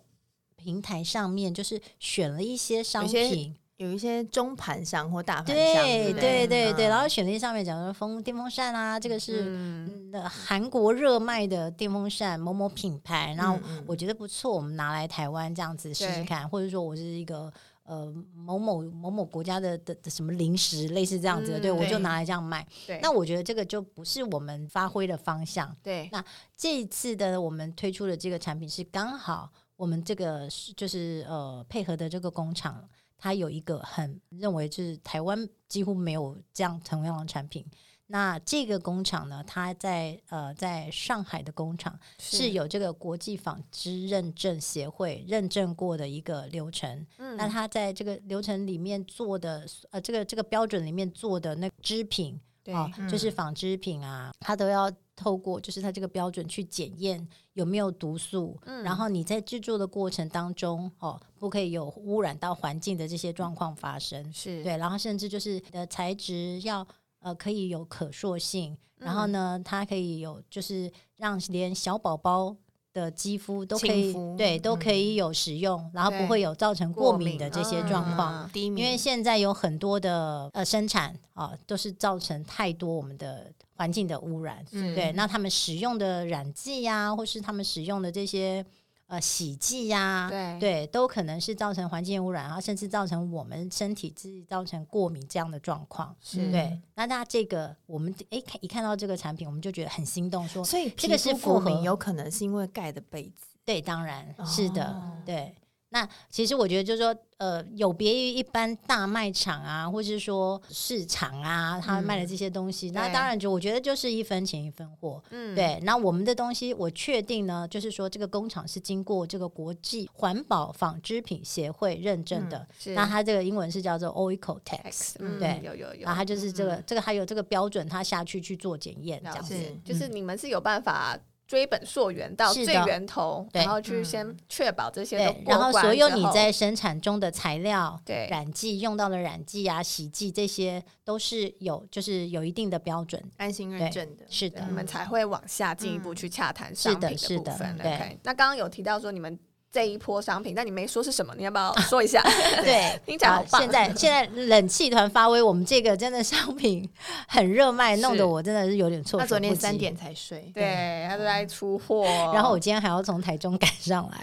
Speaker 3: 平台上面，就是选了一些商
Speaker 1: 有些
Speaker 3: 品，
Speaker 1: 有一些中盘商或大盘商，
Speaker 3: 对
Speaker 1: 不
Speaker 3: 对对对，
Speaker 1: 嗯
Speaker 3: 然后选了一些上面讲说风电风扇啊，这个是
Speaker 2: 嗯，
Speaker 3: 嗯呃韩国热卖的电风扇某某品牌，然后
Speaker 1: 嗯嗯
Speaker 3: 我觉得不错，我们拿来台湾这样子试试
Speaker 2: 对
Speaker 3: 看，或者说我是一个呃某某某某国家的的的什么零食，类似这样子的，
Speaker 2: 嗯
Speaker 3: 对我
Speaker 1: 对
Speaker 3: 就拿来这样卖。
Speaker 2: 对，
Speaker 3: 那我觉得这个就不是我们发挥的方向。
Speaker 2: 对，
Speaker 3: 这一次的我们推出的这个产品是刚好我们这个是就是呃配合的这个工厂，它有一个很认为就是台湾几乎没有这样同样的产品。那这个工厂呢，它在呃在上海的工厂是有这个国际纺织认证协会认证过的一个流程。
Speaker 2: 嗯
Speaker 3: 那它在这个流程里面做的呃这个这个标准里面做的那个织品，
Speaker 2: 对
Speaker 3: 啊、就
Speaker 1: 嗯
Speaker 3: 是纺织品啊，它都要透过就是它这个标准去检验有没有毒素，
Speaker 2: 嗯
Speaker 3: 然后你在制作的过程当中哦，不可以有污染到环境的这些状况发生。
Speaker 2: 是
Speaker 3: 对，然后甚至就是你的材质要呃可以有可塑性，然后
Speaker 2: 嗯
Speaker 3: 呢，它可以有就是让连小宝宝。的肌肤都可
Speaker 1: 亲
Speaker 3: 以
Speaker 1: 肤，
Speaker 3: 对，都可以有使用，然后不
Speaker 2: 嗯对
Speaker 3: 会有造成
Speaker 2: 过
Speaker 3: 过敏
Speaker 2: 敏
Speaker 3: 的这些
Speaker 2: 啊
Speaker 3: 状况。
Speaker 2: 嗯
Speaker 1: 低迷，
Speaker 3: 因为现在有很多的呃生产啊，都是造成太多我们的环境的污染。
Speaker 1: 嗯
Speaker 3: 对，那他们使用的染剂呀、或是他们使用的这些呃洗剂呀、
Speaker 2: 对
Speaker 3: 对，都可能是造成环境污染，然后甚至造成我们身体自己造成过敏这样的状况。
Speaker 2: 是
Speaker 1: 嗯
Speaker 3: 对，那那这个我们诶看一看到这个产品，我们就觉得很心动说
Speaker 1: 所以
Speaker 3: 这个是
Speaker 1: 皮肤过
Speaker 3: 符合
Speaker 1: 敏有可能是因为钙的被子，
Speaker 3: 对，当然是的，
Speaker 1: 哦
Speaker 3: 对。那其实我觉得就是说，呃，有别于一般大卖场啊，或是说市场啊，他们卖的这些东西，那
Speaker 2: 对
Speaker 3: 当然就我觉得就是一分钱一分货。
Speaker 2: 嗯，
Speaker 3: 对，那我们的东西，我确定呢，就是说这个工厂是经过这个国际环保纺织品协会认证的，
Speaker 2: 是
Speaker 3: 那它这个英文是叫做 OECO
Speaker 2: X，
Speaker 3: Tax，
Speaker 2: 嗯，
Speaker 3: 对
Speaker 2: 有有有，
Speaker 3: 然后它就是这个、
Speaker 2: 嗯
Speaker 3: 这个还有这个标准，它下去去做检验这
Speaker 2: 了
Speaker 3: 样子。
Speaker 2: 解
Speaker 1: 子，
Speaker 2: 就是
Speaker 3: 嗯
Speaker 2: 你们是有办法。追本溯源到
Speaker 3: 是
Speaker 2: 最
Speaker 3: 的
Speaker 2: 源头，
Speaker 3: 对
Speaker 2: 然后去先
Speaker 1: 嗯
Speaker 2: 确保这些都
Speaker 3: 对，
Speaker 2: 过
Speaker 3: 然后所
Speaker 2: 关
Speaker 3: 有
Speaker 2: 之
Speaker 3: 你
Speaker 2: 后
Speaker 3: 在生产中的材料，
Speaker 2: 对
Speaker 3: 染剂用到的染剂啊、洗剂这些都是有，就是有一定的标准。
Speaker 1: 安心认证的，
Speaker 3: 是
Speaker 2: 对
Speaker 3: 的
Speaker 2: 你，们才会往下进一步去洽谈商品
Speaker 3: 嗯是的
Speaker 2: 部分
Speaker 3: 是。的
Speaker 2: OK，那刚刚有提到说你们这一波商品，但你没说是什么，你要不要说一 下？
Speaker 3: 对
Speaker 2: 听起来好
Speaker 3: 啊
Speaker 2: 棒
Speaker 3: 现在现在冷气团发威，我们这个真的商品很热卖，弄
Speaker 2: 是
Speaker 3: 得我真的是有点措
Speaker 1: 他昨
Speaker 3: 手不
Speaker 1: 天
Speaker 3: 及
Speaker 1: 三点，才睡，
Speaker 2: 对，他都在出货，
Speaker 3: 然后我今天还要从台中赶上来。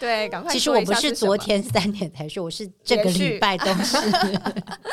Speaker 2: 对，赶快
Speaker 3: 其实
Speaker 2: 说
Speaker 3: 我
Speaker 2: 一
Speaker 3: 不
Speaker 2: 下
Speaker 3: 是
Speaker 2: 什
Speaker 3: 昨
Speaker 2: 么，
Speaker 3: 天三点才睡，我是这个
Speaker 2: 连续
Speaker 3: 礼拜都是。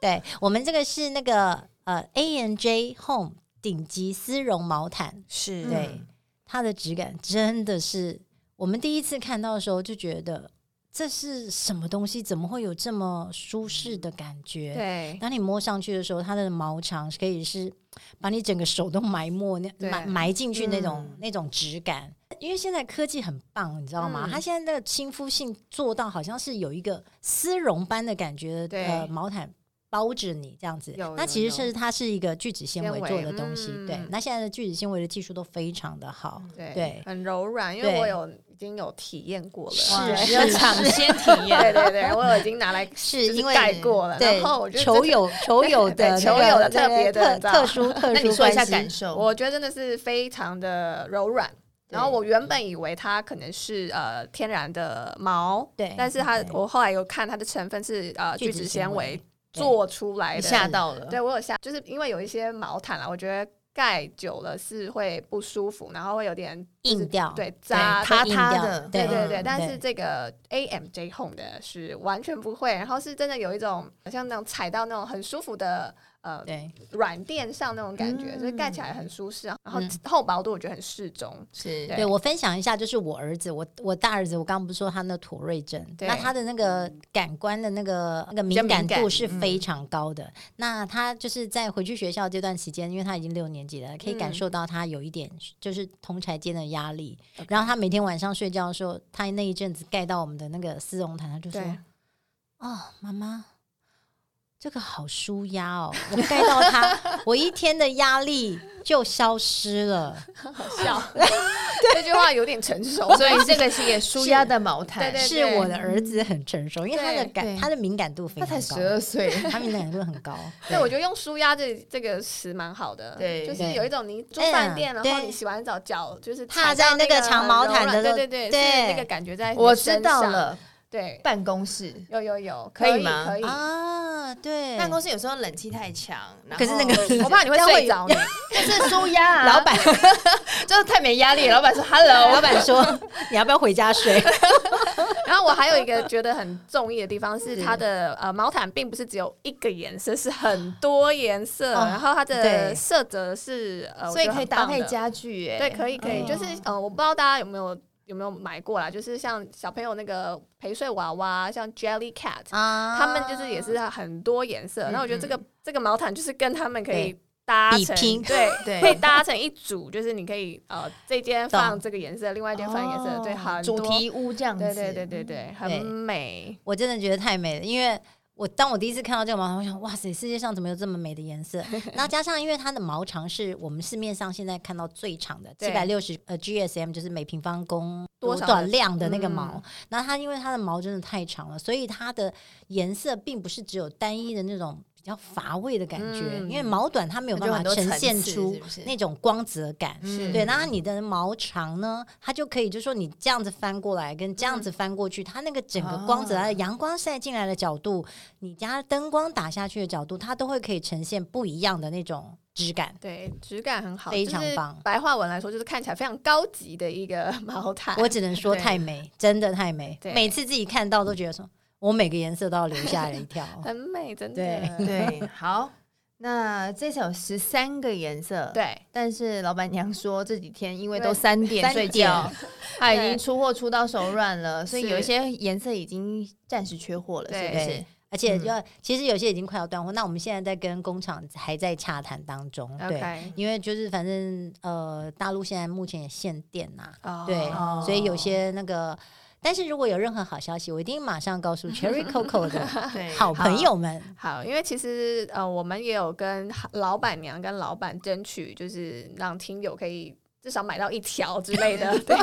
Speaker 3: 对我们这个是那个呃 A N J Home 顶级丝绒毛毯，
Speaker 1: 是
Speaker 2: 嗯
Speaker 3: 对，它的质感真的是我们第一次看到的时候就觉得这是什么东西，怎么会有这么舒适的感觉？。
Speaker 2: 对，
Speaker 3: 当你摸上去的时候，它的毛长可以是把你整个手都埋没那
Speaker 2: 对
Speaker 3: 埋埋进去那种、
Speaker 1: 嗯
Speaker 3: 那种质感。因为现在科技很棒，你知道吗？
Speaker 2: 嗯
Speaker 3: 它现在的亲肤性做到好像是有一个丝绒般的感觉的
Speaker 2: 对
Speaker 3: 呃毛毯包着你这样子
Speaker 2: 有。
Speaker 3: 那
Speaker 2: 有
Speaker 3: 其实
Speaker 2: 有
Speaker 3: 是它是一个聚酯纤
Speaker 2: 纤
Speaker 3: 维
Speaker 2: 维
Speaker 3: 做的东西，对
Speaker 2: 嗯。
Speaker 3: 那现在的聚酯纤维的技术都非常的好，
Speaker 2: 对
Speaker 3: 对
Speaker 2: 很柔软，因为
Speaker 3: 对
Speaker 2: 我有已经有体验过了，
Speaker 3: 是
Speaker 2: 对
Speaker 3: 是
Speaker 1: 要抢先体
Speaker 2: 对
Speaker 1: 验，
Speaker 2: 对对，我有已经 拿来
Speaker 1: 是
Speaker 2: 就是
Speaker 1: 因为
Speaker 2: 盖过了，
Speaker 3: 对
Speaker 2: 然后我就
Speaker 3: 球
Speaker 2: 真 的
Speaker 3: 友球友
Speaker 2: 对
Speaker 3: 的那
Speaker 2: 球
Speaker 3: 个
Speaker 2: 友的
Speaker 3: 对
Speaker 2: 特别的
Speaker 3: 特
Speaker 2: 你知道
Speaker 3: 特殊特
Speaker 1: 那你
Speaker 3: 殊
Speaker 1: 说一
Speaker 3: 关
Speaker 1: 下
Speaker 3: 系。
Speaker 1: 感受，
Speaker 2: 我觉得真的是非常的柔软。然后我原本以为它可能是呃天然的毛，
Speaker 3: 对
Speaker 2: 但是它
Speaker 3: 对
Speaker 2: 我后来有看它的成分是呃
Speaker 3: 聚
Speaker 2: 聚
Speaker 3: 酯
Speaker 2: 酯
Speaker 3: 纤
Speaker 2: 纤维
Speaker 3: 维对
Speaker 2: 做出来
Speaker 1: 你
Speaker 2: 的，
Speaker 1: 吓到了，
Speaker 2: 对我有下，就是因为有一些毛毯啦，啊我觉得盖久了是会不舒服，然后会有点就是
Speaker 3: 硬掉
Speaker 2: 对扎
Speaker 1: 塌
Speaker 3: 硬
Speaker 1: 塌
Speaker 3: 掉
Speaker 1: 的
Speaker 2: 对
Speaker 3: 对
Speaker 2: 对对，
Speaker 1: 嗯
Speaker 2: 但是这个 AMJ Home 的是完全不会，然后是真的有一种像那种踩到那种很舒服的呃
Speaker 3: 对
Speaker 2: 软垫上那种感觉，
Speaker 1: 嗯
Speaker 2: 所以盖起来很舒适啊，然后
Speaker 3: 嗯
Speaker 2: 厚薄度我觉得很适中，
Speaker 1: 是
Speaker 2: 对
Speaker 3: 对我分享一下，就是我儿子，我我大儿子，我刚刚不是说他那妥瑞症，
Speaker 2: 对
Speaker 3: 那他的那个感官的那个
Speaker 1: 较
Speaker 3: 那个敏
Speaker 1: 敏
Speaker 3: 感度
Speaker 1: 感
Speaker 3: 是
Speaker 1: 嗯
Speaker 3: 非常高的。那他就是在回去学校这段时间，因为他已经六年级了，可以感
Speaker 2: 嗯
Speaker 3: 受到他有一点就是同才间的压力。然后他每天晚上睡觉的时候，他那一阵子盖到我们的那个丝绒毯，他就说
Speaker 2: 对：“
Speaker 3: 哦，妈妈。”这个好舒压哦！我盖到 它，我一天的压力就消失了。
Speaker 2: 好笑， 这句话有点成熟，
Speaker 1: 所以这个是也舒压的毛毯，
Speaker 2: 对对
Speaker 3: 是我的儿子很成熟，因为他的
Speaker 2: 对
Speaker 3: 感
Speaker 1: 嗯对
Speaker 3: 他的敏感度非
Speaker 1: 他
Speaker 3: 常
Speaker 1: 才
Speaker 3: 高，
Speaker 1: 十二岁，
Speaker 3: 他敏感度很 高。
Speaker 2: 对，我觉得用舒压这这个词蛮好的，
Speaker 1: 对嗯
Speaker 2: 就是有一种你住饭店，然后
Speaker 3: 对
Speaker 2: 你洗完澡脚就是
Speaker 3: 踏
Speaker 2: 踩
Speaker 3: 在
Speaker 2: 到
Speaker 3: 那
Speaker 2: 那
Speaker 3: 个长毛毯的
Speaker 2: 很柔软
Speaker 3: 那
Speaker 2: 对
Speaker 3: 个
Speaker 2: 对对，
Speaker 3: 对
Speaker 2: 是那个感觉在你的
Speaker 1: 我知道
Speaker 2: 身上，
Speaker 1: 了，
Speaker 2: 对，
Speaker 1: 办公室。
Speaker 2: 有有有，
Speaker 1: 可以
Speaker 2: 以
Speaker 1: 吗
Speaker 2: 可以，
Speaker 3: 啊，对，
Speaker 2: 哎
Speaker 1: 办公室有时候冷气太强，然
Speaker 3: 可是那
Speaker 1: 后
Speaker 3: 个
Speaker 2: 我怕你会睡着， 你
Speaker 1: 这是舒压 啊，
Speaker 3: 老板
Speaker 1: 就是太没压力了。老板说
Speaker 2: 啊
Speaker 1: “hello”，
Speaker 3: 老板 说 你要不要回家 睡？
Speaker 2: 然后我还有一个觉得很中意的地方是
Speaker 1: 是
Speaker 2: 它的呃毛毯并不是只有一个颜色，是很多颜色，
Speaker 3: 哦
Speaker 2: 然后它的
Speaker 3: 对
Speaker 2: 色泽是呃，我
Speaker 1: 所以
Speaker 2: 觉
Speaker 1: 可
Speaker 2: 得
Speaker 1: 以
Speaker 2: 很
Speaker 1: 搭
Speaker 2: 棒
Speaker 1: 配
Speaker 2: 的，
Speaker 1: 家具，哎，
Speaker 2: 对，可以可以，
Speaker 1: 哦
Speaker 2: 就是呃，我不知道大家有没有。有没有买过啦？就是像小朋友那个陪睡娃娃，像 Jelly Cat，
Speaker 3: 啊
Speaker 2: 他们就是也是很多颜色，
Speaker 1: 嗯
Speaker 2: 然后我觉得这个这个毛毯就是跟他们可以
Speaker 3: 对
Speaker 2: 搭
Speaker 3: 比
Speaker 2: 成
Speaker 3: 拼
Speaker 2: 对
Speaker 1: 对
Speaker 2: 可以搭成一组，就是你可以呃这间
Speaker 3: 懂
Speaker 2: 放这个颜色，另外一间放颜色，对，
Speaker 1: 哦
Speaker 2: 很
Speaker 1: 主
Speaker 2: 多，
Speaker 1: 题屋这样子，
Speaker 2: 对对对对对，
Speaker 3: 嗯对
Speaker 2: 很美，
Speaker 3: 我真的觉得太美了，因为。我当我第一次看到这个毛毯，我想，哇塞，世界上怎么有这么美的颜色？然后加上，因为它的毛长是我们市面上现在看到最长的，
Speaker 2: 对
Speaker 3: 七百六十呃 GSM，就是每平方公
Speaker 2: 多少
Speaker 3: 多少量的那个
Speaker 2: 嗯
Speaker 3: 毛。然后它因为它的毛真的太长了，所以它的颜色并不是只有单一的那种比较乏味的感觉，
Speaker 2: 嗯
Speaker 3: 因为毛短它没有
Speaker 1: 它
Speaker 3: 办
Speaker 1: 就很
Speaker 3: 法
Speaker 1: 多
Speaker 3: 呈
Speaker 1: 层
Speaker 3: 现
Speaker 1: 次
Speaker 3: 出
Speaker 1: 是不嗯是
Speaker 3: 那种光泽感。
Speaker 1: 是
Speaker 3: 对，那你的毛长呢，它就可以就说你这样子翻过来跟
Speaker 1: 嗯
Speaker 3: 这样子翻过去，它那个整个光泽、
Speaker 1: 啊
Speaker 3: 它的阳光晒进来的角度，你家灯光打下去的角度，它都会可以呈现不一样的那种质感。
Speaker 2: 对，质感很好，
Speaker 3: 非
Speaker 2: 就是
Speaker 3: 常棒
Speaker 2: 白话文来说，就是看起来非常高级的一个 毛毯。
Speaker 3: 我只能说
Speaker 2: 对
Speaker 3: 太美，真的太美，
Speaker 2: 对
Speaker 3: 每次自己看到都觉得说，我每个颜色都要留下来一 条。
Speaker 2: 很美，真的。
Speaker 3: 对
Speaker 1: 对，好。那这首十三个颜色，
Speaker 2: 对
Speaker 1: 但是老板娘说这几天因为
Speaker 2: 因为
Speaker 1: 都三点
Speaker 3: 三
Speaker 1: 睡
Speaker 3: 点
Speaker 1: 觉，她已
Speaker 2: 对
Speaker 1: 经出货出到手软了，所以有一
Speaker 2: 是
Speaker 1: 些颜色已经暂时缺货了，是不
Speaker 2: 对
Speaker 1: 是？
Speaker 3: 而且
Speaker 2: 嗯
Speaker 3: 就要、其实有些已经快要断货，那我们现在在跟工厂还在洽谈当中，对。
Speaker 2: ，OK，
Speaker 3: 因为就是反正呃，大陆现在目前也限电呐、
Speaker 2: 哦
Speaker 3: 对，
Speaker 1: 哦
Speaker 3: 所以有些那个，但是如果有任何好消息，我一定马上告诉 Cherry Coco 的
Speaker 1: 对
Speaker 3: 好朋友们。
Speaker 2: 好，因为其实呃，我们也有跟老板娘跟老板争取，就是让听友可以至少买到一条之类 的。对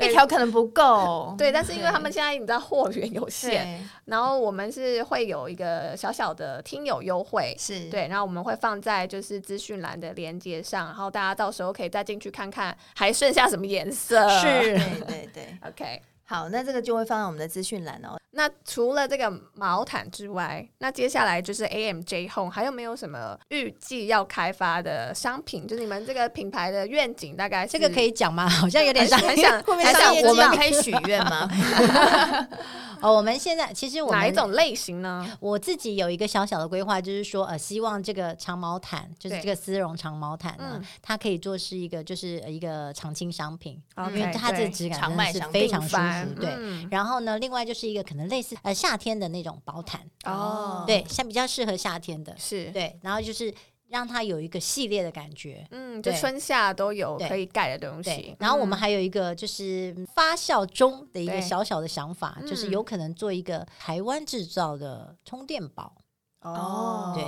Speaker 1: 一条可能不够，
Speaker 2: 对，但是因为他们现在你知道货源有限，
Speaker 1: 对
Speaker 2: 然后我们是会有一个小小的听友优惠。
Speaker 1: 是，
Speaker 2: 对，然后我们会放在就是资讯栏的连接上，然后大家到时候可以再进去看看还剩下什么颜色。
Speaker 3: 是
Speaker 1: 对对对。
Speaker 2: ，OK。
Speaker 1: 好，那这个就会放在我们的资讯栏哦。
Speaker 2: 那除了这个毛毯之外，那接下来就是 AMJ Home，还有没有什么预计要开发的商品？就是你们这个品牌的愿景大概是
Speaker 3: 这个可以讲吗？ 好像有点
Speaker 2: 嗯很
Speaker 3: 伤，
Speaker 2: 很想
Speaker 3: 会不会
Speaker 2: 很想
Speaker 3: 商
Speaker 1: 还
Speaker 3: 业
Speaker 1: 是我们
Speaker 3: 机密
Speaker 1: 可以许愿吗？
Speaker 3: 哦，我们现在其实我们
Speaker 2: 哪一种类型呢？
Speaker 3: 我自己有一个小小的规划，就是说，呃，希望这个长毛毯，就是
Speaker 2: 对
Speaker 3: 这个丝绒长毛毯呢，
Speaker 2: 嗯
Speaker 3: 它可以做是一个，就是呃一个常青商品，
Speaker 2: OK，
Speaker 3: 因为它
Speaker 2: 嗯对
Speaker 3: 这质感
Speaker 1: 常
Speaker 3: 真
Speaker 1: 卖
Speaker 3: 的是
Speaker 1: 商
Speaker 3: 非
Speaker 1: 品
Speaker 3: 常舒服，对。
Speaker 2: 嗯
Speaker 3: 然后呢，另外就是一个可能类似呃夏天的那种薄毯，
Speaker 2: 哦，
Speaker 3: 对，像比较适合夏天的，
Speaker 2: 是，
Speaker 3: 对。然后就是让它有一个系列的感觉，
Speaker 2: 嗯，就
Speaker 3: 对
Speaker 2: 春夏都有
Speaker 3: 对
Speaker 2: 可以盖的东
Speaker 3: 对
Speaker 2: 西。。
Speaker 3: 然后我
Speaker 2: 嗯
Speaker 3: 们还有一个就是发酵中的一个
Speaker 2: 对
Speaker 3: 小小的想法，就是
Speaker 2: 嗯
Speaker 3: 有可能做一个台湾制造的充电宝。
Speaker 2: 哦，
Speaker 3: 对，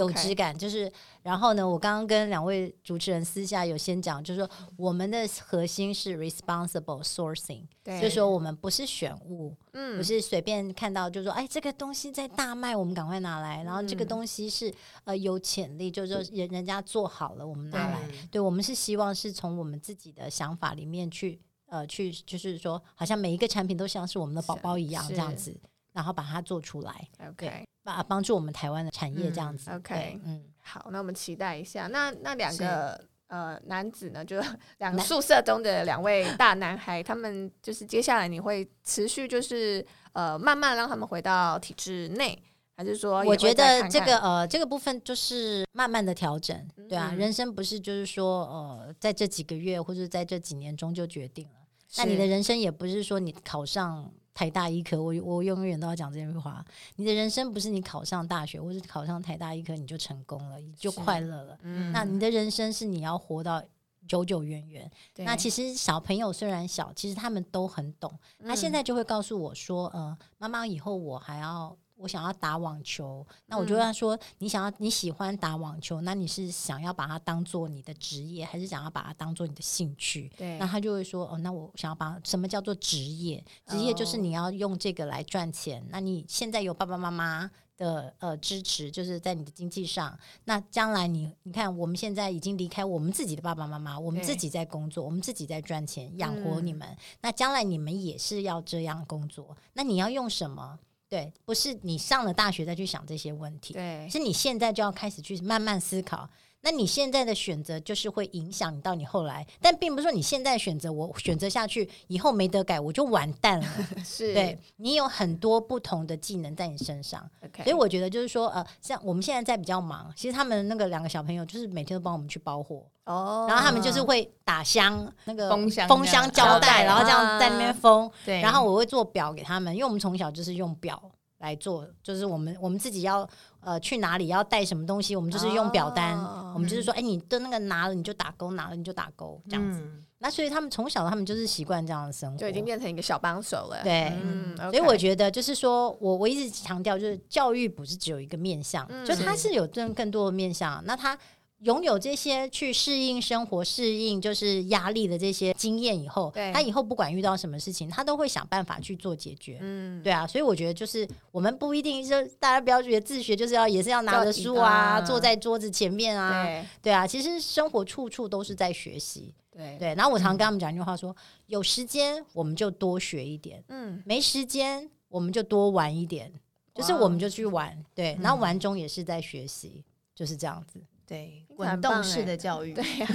Speaker 3: 有质感就是。然后呢，我刚刚跟两位主持人私下有先讲，就是说我们的核心是 responsible sourcing，
Speaker 2: 对
Speaker 3: 就是说我们不是选物，
Speaker 2: 嗯
Speaker 3: 不是随便看到就说哎这个东西在大卖，我们赶快拿来，然后这个
Speaker 2: 嗯
Speaker 3: 东西是呃有潜力，就是说人人家做好了，我们拿来。
Speaker 1: 嗯
Speaker 3: 对，我们是希望是从我们自己的想法里面去，呃，去就是说，好像每一个产品都像是我们的宝
Speaker 2: 是
Speaker 3: 宝一样这样
Speaker 2: 是
Speaker 3: 子，然后把它做出来，
Speaker 2: OK
Speaker 3: 帮帮助我们台湾的产业这样
Speaker 1: 嗯
Speaker 3: 子。
Speaker 2: OK
Speaker 3: 对嗯，
Speaker 2: 好，那我们期待一下。那那两
Speaker 3: 是
Speaker 2: 个呃男子呢， 就两个
Speaker 3: 男
Speaker 2: 宿舍中的两位大男孩，他们就是接下来你会持续就是呃慢慢让他们回到体制内，还是哦说也
Speaker 3: 我
Speaker 2: 会
Speaker 3: 觉
Speaker 2: 再
Speaker 3: 得
Speaker 2: 看
Speaker 3: 这
Speaker 2: 看
Speaker 3: 个呃这个部分就是慢慢的调整，对啊，
Speaker 2: 嗯
Speaker 3: 人生不是就是说呃在这几个月或者在这几年中就决定了，那你
Speaker 2: 是
Speaker 3: 的人生也不是说你考上。台大医科，我我永远都要讲这句话。你的人生不是你考上大学或者考上台大医科你就成功了，你就是快乐了。
Speaker 2: 嗯
Speaker 3: 那你的人生是你要活到久久远远。那其
Speaker 2: 实
Speaker 3: 实小朋友虽然小，其实他们都很懂。他
Speaker 2: 嗯
Speaker 3: 现在就会告诉我说：“呃，妈妈，以后我还要。”我想要打网球，那我就
Speaker 2: 嗯
Speaker 3: 跟他说：“你想要你喜欢打网球，那你是想要把它当做你的职业，还是想要把它当做你的兴趣？”
Speaker 2: 对
Speaker 3: 那他就会说：“哦，那我想要把什么叫做职业？职业就是
Speaker 2: 哦
Speaker 3: 你要用这个来赚钱。那你现在有爸爸妈妈的呃支持，就是在你的经济上。那将来你你看，我们现在已经离开我们自己的爸爸妈妈，我们
Speaker 2: 对
Speaker 3: 自己在工作，我们自己在赚钱养活
Speaker 2: 嗯
Speaker 3: 你们。那将来你们也是要这样工作。那你要用什么？对，不是你上了大学再去想这些问题。
Speaker 2: 对
Speaker 3: 是你现在就要开始去慢慢思考。那你现在的选择就是会影响到你后来，但并不是说你现在选择我选择下去以后没得改我就完蛋了。
Speaker 2: 是
Speaker 3: 对你有很多不同的技能在你身上，
Speaker 2: ，OK，
Speaker 3: 所以我觉得就是说，呃，像我们现在在比较忙，其实他们那个两个小朋友就是每天都帮我们去包货，
Speaker 2: 哦，
Speaker 3: 然后他们就是会打箱那个
Speaker 1: 封箱
Speaker 3: 封
Speaker 1: 这
Speaker 3: 箱
Speaker 1: 样
Speaker 3: 胶
Speaker 1: 胶
Speaker 3: 带，
Speaker 1: 带
Speaker 3: 然后这样在那边封，
Speaker 1: 对，
Speaker 3: 然后我会做表给他们，因为我们从小就是用表来做，就是我们我们自己要呃去哪里要带什么东西，我们就是用表单，
Speaker 2: 哦
Speaker 3: 我们就是说，哎、你的那个拿了你就打勾，拿了你就打勾这样子。
Speaker 1: 嗯
Speaker 3: 那所以他们从小他们就是习惯这样的生活，
Speaker 2: 就已经变成一个小帮手了。
Speaker 3: 对
Speaker 2: 嗯，
Speaker 3: 所以我觉得就是说我我一直强调，就是教育不是只有一个面向，
Speaker 2: 嗯
Speaker 3: 就它是有更更多的面向。那他拥有这些去适应生活、适应就是压力的这些经验以后
Speaker 2: 对，
Speaker 3: 他以后不管遇到什么事情，他都会想办法去做解决。
Speaker 2: 嗯，
Speaker 3: 对啊，所以我觉得就是我们不一定就大家不要觉得自学就是要也是要拿着书啊，
Speaker 2: 要提啊
Speaker 3: 坐在桌子前面啊，
Speaker 2: 对
Speaker 3: 对啊，其实生活处处都是在学习。
Speaker 2: 对对，
Speaker 3: 对，然后我常跟他们讲一句话说，有时间我们就多学一点，
Speaker 2: 嗯，
Speaker 3: 没时间我们就多玩一点，就是
Speaker 2: 哇哦嗯
Speaker 3: 我们就去玩，对，然后玩中也是在学习，就是这样子，
Speaker 1: 对，
Speaker 2: 来很
Speaker 1: 滚
Speaker 2: 棒
Speaker 1: 动
Speaker 2: 哎
Speaker 1: 式的教育，
Speaker 2: 对呀，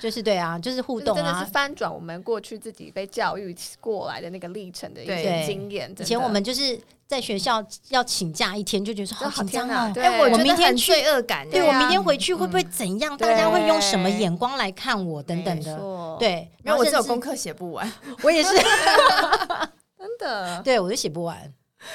Speaker 3: 就是对啊，就是互
Speaker 2: 就是
Speaker 3: 动
Speaker 2: 真的是
Speaker 3: 啊。
Speaker 2: 翻转我们过去自己被教育过来的那个历程的一些
Speaker 1: 对
Speaker 2: 经验。真的
Speaker 3: 以前我们就是在学校要请假一天，就觉得说
Speaker 2: 这
Speaker 3: 好
Speaker 2: 好
Speaker 3: 紧张
Speaker 2: 天啊哪
Speaker 3: 哦，
Speaker 2: 对
Speaker 1: 哎，我
Speaker 3: 我
Speaker 1: 觉
Speaker 3: 明
Speaker 1: 得
Speaker 3: 天
Speaker 1: 很
Speaker 3: 去
Speaker 1: 罪恶感
Speaker 3: 对
Speaker 1: 哎
Speaker 3: 我
Speaker 2: 啊
Speaker 3: 明天回去会不会怎样？大家会用什么眼光来看我等等
Speaker 2: 没
Speaker 3: 的？
Speaker 2: 错，
Speaker 3: 对，
Speaker 1: 没有，我只有功
Speaker 3: 公，
Speaker 1: 课写不完，
Speaker 3: 我也是，
Speaker 2: 真的。
Speaker 3: 对我都写不完，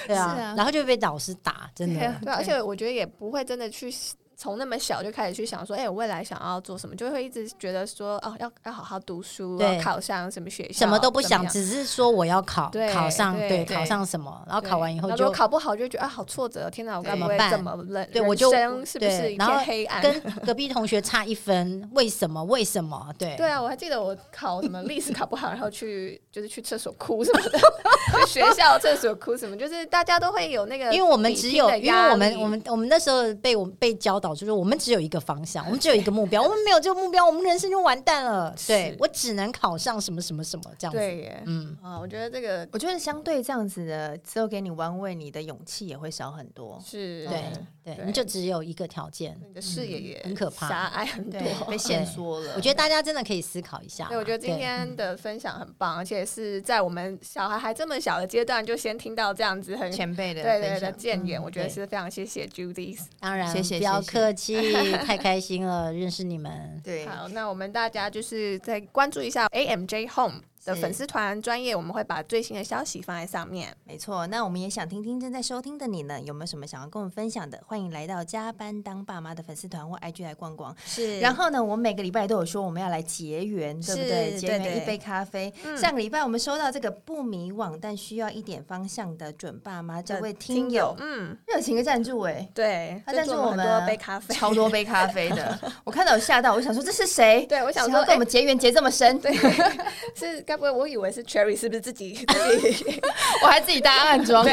Speaker 3: 对啊，
Speaker 1: 是啊
Speaker 3: 然后就被老师打，真
Speaker 2: 对啊
Speaker 3: 的，
Speaker 2: 对啊，而且我觉得也不会真的去从那么小就开始去想说，哎、我未来想要做什么，就会一直觉得说，哦，要要好好读书，
Speaker 3: 对
Speaker 2: 要考上什么学校，
Speaker 3: 什么都不
Speaker 2: 怎么
Speaker 3: 想，
Speaker 2: 样
Speaker 3: 只是说我要考
Speaker 2: 对
Speaker 3: 考上，
Speaker 2: 对
Speaker 3: 对，
Speaker 1: 对
Speaker 3: 考上什么，然后
Speaker 2: 对
Speaker 3: 考完以后
Speaker 2: 然如
Speaker 3: 就
Speaker 2: 果考不好，就觉得啊，好挫折，天哪，我该不会
Speaker 3: 怎么办
Speaker 2: 怎么了？
Speaker 3: 对
Speaker 2: 人
Speaker 3: 我就
Speaker 2: 生是不是
Speaker 3: 对
Speaker 2: 一
Speaker 3: 然后
Speaker 2: 片黑暗？
Speaker 3: 跟隔壁同学差一分，为什么？为什么？对，
Speaker 2: 对啊，我还记得我考什么历史考不 好，然后去就是去厕所哭什么的， 去学校厕所哭什么，就是大家都会有那个，
Speaker 3: 因为我们只有，因为我们我们我们那时候被我们被教导，就是我们只有一个方向，我们只有一个目标，我们没有这个目标，我们人生就完蛋了。对
Speaker 2: 是
Speaker 3: 我只能考上什么什么什么这样子。
Speaker 2: 对耶，
Speaker 3: 嗯，
Speaker 2: 啊，我觉得这个
Speaker 1: 我觉得相对这样子的，只有给你安慰，你的勇气也会少很多。
Speaker 2: 是
Speaker 3: 对对，
Speaker 2: 对嗯
Speaker 3: 你就只有一个条件。
Speaker 2: 你的视野也
Speaker 3: 很可怕
Speaker 2: 狭隘很多。
Speaker 1: 对，被限缩了。
Speaker 3: 我觉得大家真的可以思考一下啦。
Speaker 2: 对，我觉得今
Speaker 3: 对
Speaker 2: 天的分享很棒，而且是在我们小孩还这么小的阶段就先听到这样子很
Speaker 1: 前辈的
Speaker 2: 对对
Speaker 1: 分
Speaker 2: 的
Speaker 1: 享
Speaker 2: 建言，
Speaker 3: 嗯
Speaker 2: 我觉得
Speaker 3: 对
Speaker 2: 是非常谢谢 Judy。
Speaker 3: 当然，
Speaker 1: 谢谢
Speaker 3: 不要
Speaker 1: 谢谢
Speaker 3: 客气，太开心了，认识你们。
Speaker 1: 对，
Speaker 2: 好，那我们大家就是再关注一下 AMJ Home 的
Speaker 1: 是
Speaker 2: 粉丝团专业，我们会把最新的消息放在上面。
Speaker 1: 没错，那我们也想听听正在收听的你呢，有没有什么想要跟我们分享的？欢迎来到加班当爸妈的粉丝团或 IG 来逛逛。
Speaker 4: 是
Speaker 1: 然后呢，我们每个礼拜都有说我们要来结缘，对不对？
Speaker 4: 是
Speaker 1: 结
Speaker 4: 对
Speaker 1: 缘
Speaker 4: 对
Speaker 1: 一杯咖啡。上个礼拜我们收到这个不迷惘但需要一点方向的准爸妈
Speaker 2: 呃
Speaker 1: 这位听友
Speaker 2: 嗯，
Speaker 1: 热情的赞助哎、
Speaker 2: 对，
Speaker 1: 啊
Speaker 2: 赞
Speaker 1: 但
Speaker 2: 助
Speaker 1: 是
Speaker 2: 我
Speaker 1: 我
Speaker 2: 们
Speaker 1: 们
Speaker 2: 很多杯咖啡，
Speaker 1: 超多杯咖啡的， 我看到有吓到，我想说这是谁？
Speaker 2: 对我想
Speaker 1: 想
Speaker 2: 说
Speaker 1: 要跟我们结缘结这么深，
Speaker 2: 对， 是该不会我以为是 Cherry 是不是自己 自己？
Speaker 1: 我还自己搭暗装，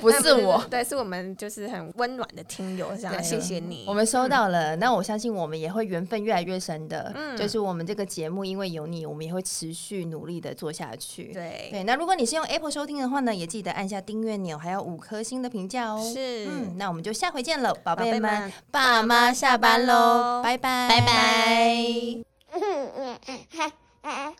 Speaker 1: 不
Speaker 2: 但
Speaker 1: 是我。
Speaker 2: 对，是我们就是很温暖的听友，这样
Speaker 1: 对
Speaker 2: 谢谢你。
Speaker 1: 我们收到了，那我相信我们也会缘分越来越深的。就是我们这个节目，因为有你，我们也会持续努力的做下去。
Speaker 2: 对
Speaker 1: 对，那如果你是用 Apple 收听的话呢，也记得按下订阅钮，还有五颗星的评价哦。
Speaker 2: 是
Speaker 1: 嗯，那我们就下回见了，宝贝
Speaker 2: 贝
Speaker 1: 们
Speaker 2: 们，
Speaker 1: 爸妈下班
Speaker 2: 下班喽
Speaker 1: 喽，拜拜，
Speaker 3: 拜拜。
Speaker 5: 嗯嗯嗯，哈啊。